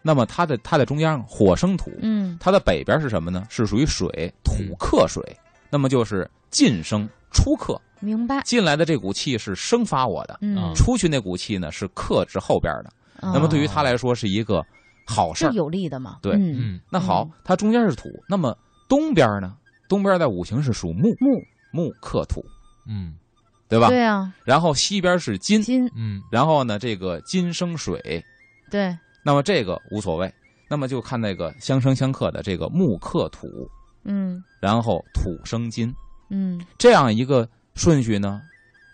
Speaker 3: 那么它的它在中央火生土，
Speaker 1: 嗯
Speaker 3: 它的北边是什么呢？是属于水，土克水，那么就是进生出克，
Speaker 1: 明白。
Speaker 3: 进来的这股气是生发我的，
Speaker 1: 嗯，哦
Speaker 3: 出去那股气呢是克制后边的。啊那么对于他来说是一个好事
Speaker 1: 是
Speaker 3: 儿。
Speaker 1: 有利的嘛？
Speaker 3: 对
Speaker 1: 嗯，
Speaker 2: 嗯，
Speaker 3: 那好，它中间是土，那么东边呢？东边在五行是属木，
Speaker 1: 木
Speaker 3: 木克土，
Speaker 2: 嗯
Speaker 3: 对吧？
Speaker 1: 对啊，
Speaker 3: 然后西边是金，
Speaker 1: 金
Speaker 2: 嗯
Speaker 3: 然后呢这个金生水，
Speaker 1: 对，
Speaker 3: 那么这个无所谓，那么就看那个相生相克的这个木克土，
Speaker 1: 嗯
Speaker 3: 然后土生金
Speaker 1: 嗯
Speaker 3: 这样一个顺序呢，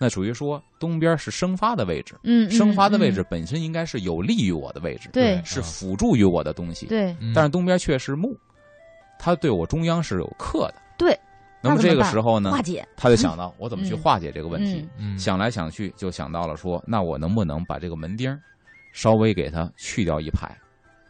Speaker 3: 那属于说东边是生发的位置，
Speaker 1: 嗯，
Speaker 3: 生发的
Speaker 1: 嗯
Speaker 3: 位置，本身应该是有利于我的位置，
Speaker 1: 对
Speaker 3: 是辅助于我的东西
Speaker 1: 嗯，对，
Speaker 2: 嗯
Speaker 3: 但是东边却是木，它对我中央是有克的。
Speaker 1: 对，
Speaker 3: 那么
Speaker 1: 那怎么
Speaker 3: 这个
Speaker 1: 办
Speaker 3: 时候呢，
Speaker 1: 化解
Speaker 3: 他就想到我怎么去
Speaker 1: 嗯
Speaker 3: 化解这个问题，
Speaker 1: 嗯
Speaker 2: 嗯
Speaker 3: 想来想去就想到了说，那我能不能把这个门钉儿稍微给它去掉一排？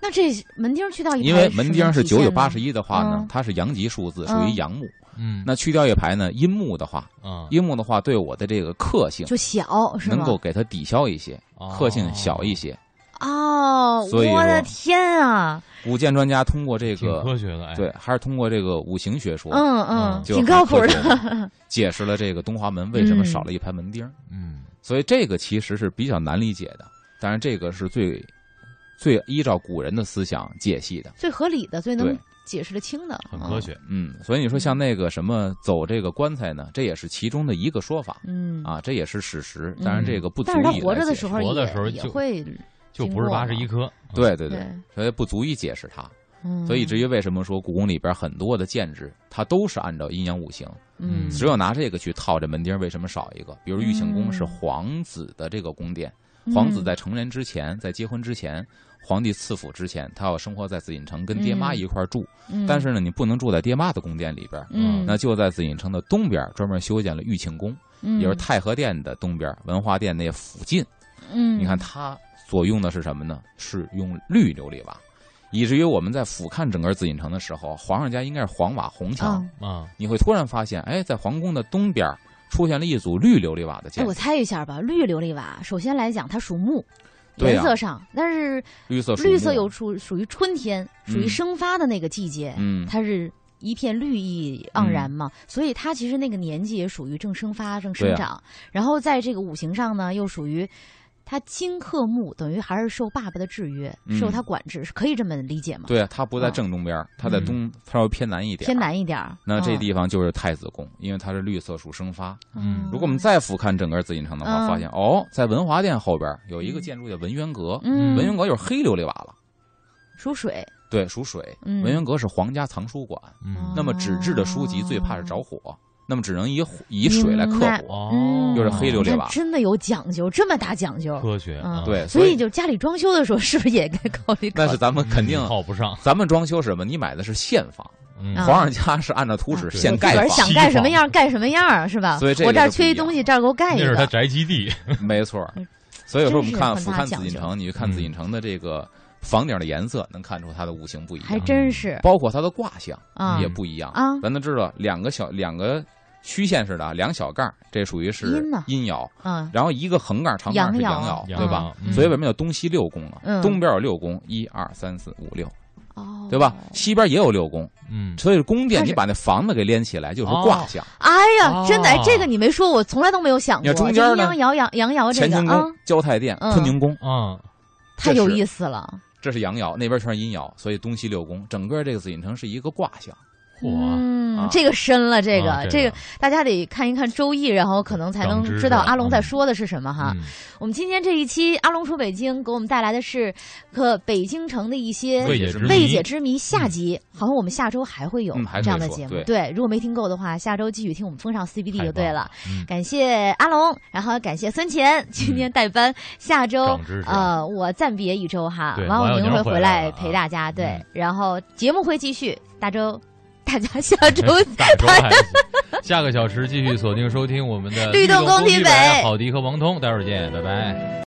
Speaker 1: 那这门钉儿去掉一排
Speaker 3: 因为门钉儿是
Speaker 1: 什么体
Speaker 3: 九九
Speaker 1: 现呢
Speaker 3: 八十一的话呢
Speaker 1: 嗯，
Speaker 3: 它是阳极数字，属
Speaker 1: 嗯
Speaker 3: 于阳木。
Speaker 2: 嗯
Speaker 3: 那去掉一排呢，阴木的话，
Speaker 2: 啊
Speaker 3: 阴木的话对我的这个克性
Speaker 1: 就小是吧？
Speaker 3: 能够给它抵消一些，
Speaker 2: 哦
Speaker 3: 克性小一些。
Speaker 1: 哦，
Speaker 3: 所以
Speaker 1: 我的
Speaker 3: 说
Speaker 1: 天啊，
Speaker 3: 古建专家通过这
Speaker 2: 挺
Speaker 3: 个
Speaker 2: 科学的哎
Speaker 3: 对，还是通过这个五行学说，
Speaker 1: 嗯嗯，
Speaker 3: 就
Speaker 1: 挺
Speaker 3: 很
Speaker 1: 靠谱
Speaker 3: 科学
Speaker 1: 的，
Speaker 3: 的，解释了这个东华门为什么
Speaker 1: 嗯
Speaker 3: 少了一排门钉儿。
Speaker 2: 嗯
Speaker 3: 所以这个其实是比较难理解的。当然，这个是最最依照古人的思想解析的。
Speaker 1: 最合理的，最能
Speaker 3: 对
Speaker 1: 解释的清的，
Speaker 2: 很
Speaker 1: 嗯
Speaker 2: 科。学
Speaker 3: 嗯，所以你说像那个什么走这个棺材呢，这也是其中的一个说法
Speaker 1: 嗯，
Speaker 3: 啊，这也是史实。
Speaker 1: 嗯
Speaker 3: 当然，这个不足
Speaker 1: 但是他
Speaker 3: 以
Speaker 1: 活着
Speaker 3: 来
Speaker 1: 的
Speaker 3: 解
Speaker 1: 时
Speaker 3: 释。
Speaker 1: 候
Speaker 2: 活的
Speaker 1: 也
Speaker 2: 时候
Speaker 1: 也
Speaker 2: 就
Speaker 1: 会，
Speaker 2: 就不是八十一嗯颗
Speaker 3: 对对对，
Speaker 1: 对，
Speaker 3: 所以不足以解释它。
Speaker 1: 嗯
Speaker 3: 所以以至于为什么说故宫里边很多的建制，它都是按照阴阳五行，
Speaker 1: 嗯，
Speaker 3: 只有拿这个去套这门钉儿，为什么少一个？比如玉清宫是
Speaker 1: 嗯
Speaker 3: 皇子的这个宫殿。
Speaker 1: 嗯
Speaker 3: 皇子在成年之前，在结婚之前，皇帝赐福之前，他要生活在紫禁城，跟爹妈
Speaker 1: 嗯
Speaker 3: 一块儿住。
Speaker 1: 嗯
Speaker 3: 但是呢，你不能住在爹妈的宫殿里边儿，
Speaker 1: 嗯，
Speaker 3: 那就在紫禁城的东边儿专门修建了玉清宫，
Speaker 1: 嗯
Speaker 3: 也就是太和殿的东边儿文华殿那附近。
Speaker 1: 嗯，
Speaker 3: 你看它所用的是什么呢？是用绿琉璃瓦，以至于我们在俯瞰整个紫禁城的时候，皇上家应该是黄瓦红墙，
Speaker 1: 嗯
Speaker 2: 啊
Speaker 3: 你会突然发现，哎，在皇宫的东边儿出现了一组绿琉璃瓦的
Speaker 1: 哎，
Speaker 3: 建
Speaker 1: 我
Speaker 3: 筑，
Speaker 1: 猜一下吧，绿琉璃瓦，首先来讲它属木，
Speaker 3: 对
Speaker 1: 颜
Speaker 3: 呀
Speaker 1: 色上，但是
Speaker 3: 绿色树
Speaker 1: 绿色
Speaker 3: 木啊
Speaker 1: 有属属于春天，属于
Speaker 3: 嗯
Speaker 1: 生发的那个季节，
Speaker 3: 嗯
Speaker 1: 它是一片绿意盎然嘛，所以它其实那个年纪也属于正生发、正
Speaker 3: 啊
Speaker 1: 生长。然后在这个五行上呢，又属于它金克木，等于还是受爸爸的制约，
Speaker 3: 嗯
Speaker 1: 受他管制，是可以这么理解吗？，
Speaker 3: 对啊，它不在
Speaker 1: 啊
Speaker 3: 正中边儿，它在
Speaker 1: 嗯
Speaker 3: 东，它稍微偏南一点。
Speaker 1: 偏。南一点儿。
Speaker 3: 那这
Speaker 1: 嗯
Speaker 3: 地方就是太子宫，因为它是绿色属生发。
Speaker 2: 嗯
Speaker 3: 如果我们再俯瞰整个紫禁城的话，
Speaker 1: 哦嗯
Speaker 3: 发现哦，在文华殿后边儿有一个
Speaker 1: 嗯
Speaker 3: 建筑叫文渊阁，
Speaker 1: 嗯
Speaker 3: 文渊阁就是黑琉璃瓦了，
Speaker 1: 属水，
Speaker 3: 对，属水。
Speaker 1: 嗯
Speaker 3: 文渊阁是皇家藏书馆，
Speaker 2: 嗯
Speaker 3: 那么纸质的书籍最怕是着火，那么只能以火以水来
Speaker 1: 明
Speaker 3: 克
Speaker 1: 白
Speaker 3: 火。
Speaker 2: 哦
Speaker 3: 又是黑琉
Speaker 1: 你
Speaker 3: 璃
Speaker 1: 看
Speaker 3: 瓦
Speaker 1: 真的有讲究，这么大讲究。
Speaker 2: 科学
Speaker 1: 嗯嗯
Speaker 2: 啊
Speaker 3: 对，
Speaker 1: 所
Speaker 3: 所
Speaker 1: 以就家里装修的时候，是不是也该考虑考
Speaker 3: 那
Speaker 1: 虑？
Speaker 3: 是咱们肯定
Speaker 2: 嗯，套不上
Speaker 3: 咱们装修是什么？你买的是现房，
Speaker 2: 嗯
Speaker 1: 啊
Speaker 3: 皇上家是按照图
Speaker 1: 啊
Speaker 3: 纸
Speaker 2: 对
Speaker 3: 现
Speaker 1: 我自
Speaker 3: 盖
Speaker 1: 个儿
Speaker 3: 房，
Speaker 1: 想盖什么样儿盖什么样儿是吧？
Speaker 3: 所以这个
Speaker 1: 我这儿
Speaker 3: 就不
Speaker 1: 缺
Speaker 3: 一
Speaker 1: 一
Speaker 3: 样
Speaker 1: 东西，这儿给我盖
Speaker 2: 那
Speaker 1: 一个。
Speaker 2: 是他宅基地
Speaker 3: 没错儿，所以说我们看
Speaker 1: 嗯真是
Speaker 3: 俯
Speaker 1: 很大
Speaker 3: 瞰
Speaker 1: 讲
Speaker 3: 紫
Speaker 1: 究
Speaker 3: 禁城，你去
Speaker 2: 嗯
Speaker 3: 看紫禁城的这个房顶的颜色，能看出它的五行不一
Speaker 1: 还
Speaker 3: 样，
Speaker 1: 真是
Speaker 3: 包括它的卦象
Speaker 1: 啊
Speaker 3: 也不一样
Speaker 1: 啊
Speaker 3: 咱都知道，两个小两个虚线似的，啊，两小杠儿，这属于是
Speaker 1: 阴呐
Speaker 3: 阴爻，
Speaker 1: 啊，
Speaker 3: 然后一个横杠儿长杠儿是
Speaker 1: 阳
Speaker 3: 阳
Speaker 1: 爻啊
Speaker 3: 爻，
Speaker 2: 阳
Speaker 3: 对吧？
Speaker 2: 爻嗯
Speaker 3: 所以为什么叫东西六宫呢？
Speaker 1: 嗯
Speaker 3: 东边有六宫，一二三四五六，
Speaker 1: 哦，
Speaker 3: 对吧？西边也有六宫，
Speaker 2: 嗯
Speaker 3: 所以宫
Speaker 1: 它
Speaker 3: 殿
Speaker 1: 是
Speaker 3: 你把那房子给连起来就是卦象。
Speaker 1: 哎呀，真的，哎
Speaker 2: 哦
Speaker 1: 这个你没说，我从来都没有想过。
Speaker 3: 你看中间
Speaker 1: 这
Speaker 3: 呢
Speaker 1: 阴阳爻、阳阳爻这
Speaker 3: 乾
Speaker 1: 个
Speaker 3: 清
Speaker 1: 啊
Speaker 3: 宫，、交泰殿、
Speaker 1: 嗯
Speaker 3: 坤宁宫，
Speaker 2: 啊
Speaker 1: 太
Speaker 3: 这
Speaker 1: 有
Speaker 3: 是
Speaker 1: 意思了。
Speaker 3: 这是阳爻，那边全是阴爻，所以东西六宫，整个这个紫禁城是一个卦象。
Speaker 2: 嚯
Speaker 1: 嗯
Speaker 3: 啊，
Speaker 1: 这个深了，这
Speaker 2: 啊
Speaker 1: 个这个大家得看一看《周易》，然后可能才能
Speaker 2: 长知识
Speaker 1: 知道
Speaker 2: 了
Speaker 1: 阿龙在
Speaker 2: 嗯
Speaker 1: 说的是什么哈。
Speaker 2: 嗯
Speaker 1: 我们今天这一期阿龙说北京给我们带来的是和北京城的一些
Speaker 2: 未解之谜
Speaker 1: 未解之谜下集，好像我们下周还会有
Speaker 3: 嗯还会
Speaker 1: 这样的
Speaker 3: 说
Speaker 1: 节目。
Speaker 3: 对
Speaker 1: 如果没听够的话，下周继续听我们风尚 CBD
Speaker 2: 太
Speaker 1: 就对
Speaker 2: 棒
Speaker 1: 了。
Speaker 2: 嗯
Speaker 1: 感谢阿龙，然后感谢孙乾今天代班，下周
Speaker 2: 长知识哎
Speaker 1: 呃我暂别一周哈
Speaker 2: 嗯对，
Speaker 1: 王
Speaker 2: 王
Speaker 1: 永
Speaker 2: 永
Speaker 1: 宁
Speaker 2: 宁
Speaker 1: 会
Speaker 2: 回
Speaker 1: 回
Speaker 2: 来
Speaker 1: 来
Speaker 2: 了
Speaker 1: 陪
Speaker 2: 啊
Speaker 1: 大家，对
Speaker 2: 嗯，
Speaker 1: 然后节目会继续，大周大家下周
Speaker 2: 大 周还行下个小时继续锁定收听我们的
Speaker 1: 律动
Speaker 2: 动
Speaker 1: 宫
Speaker 2: 宫
Speaker 1: 体
Speaker 2: 体
Speaker 1: 北
Speaker 2: 郝迪和王通，待会儿见，拜拜。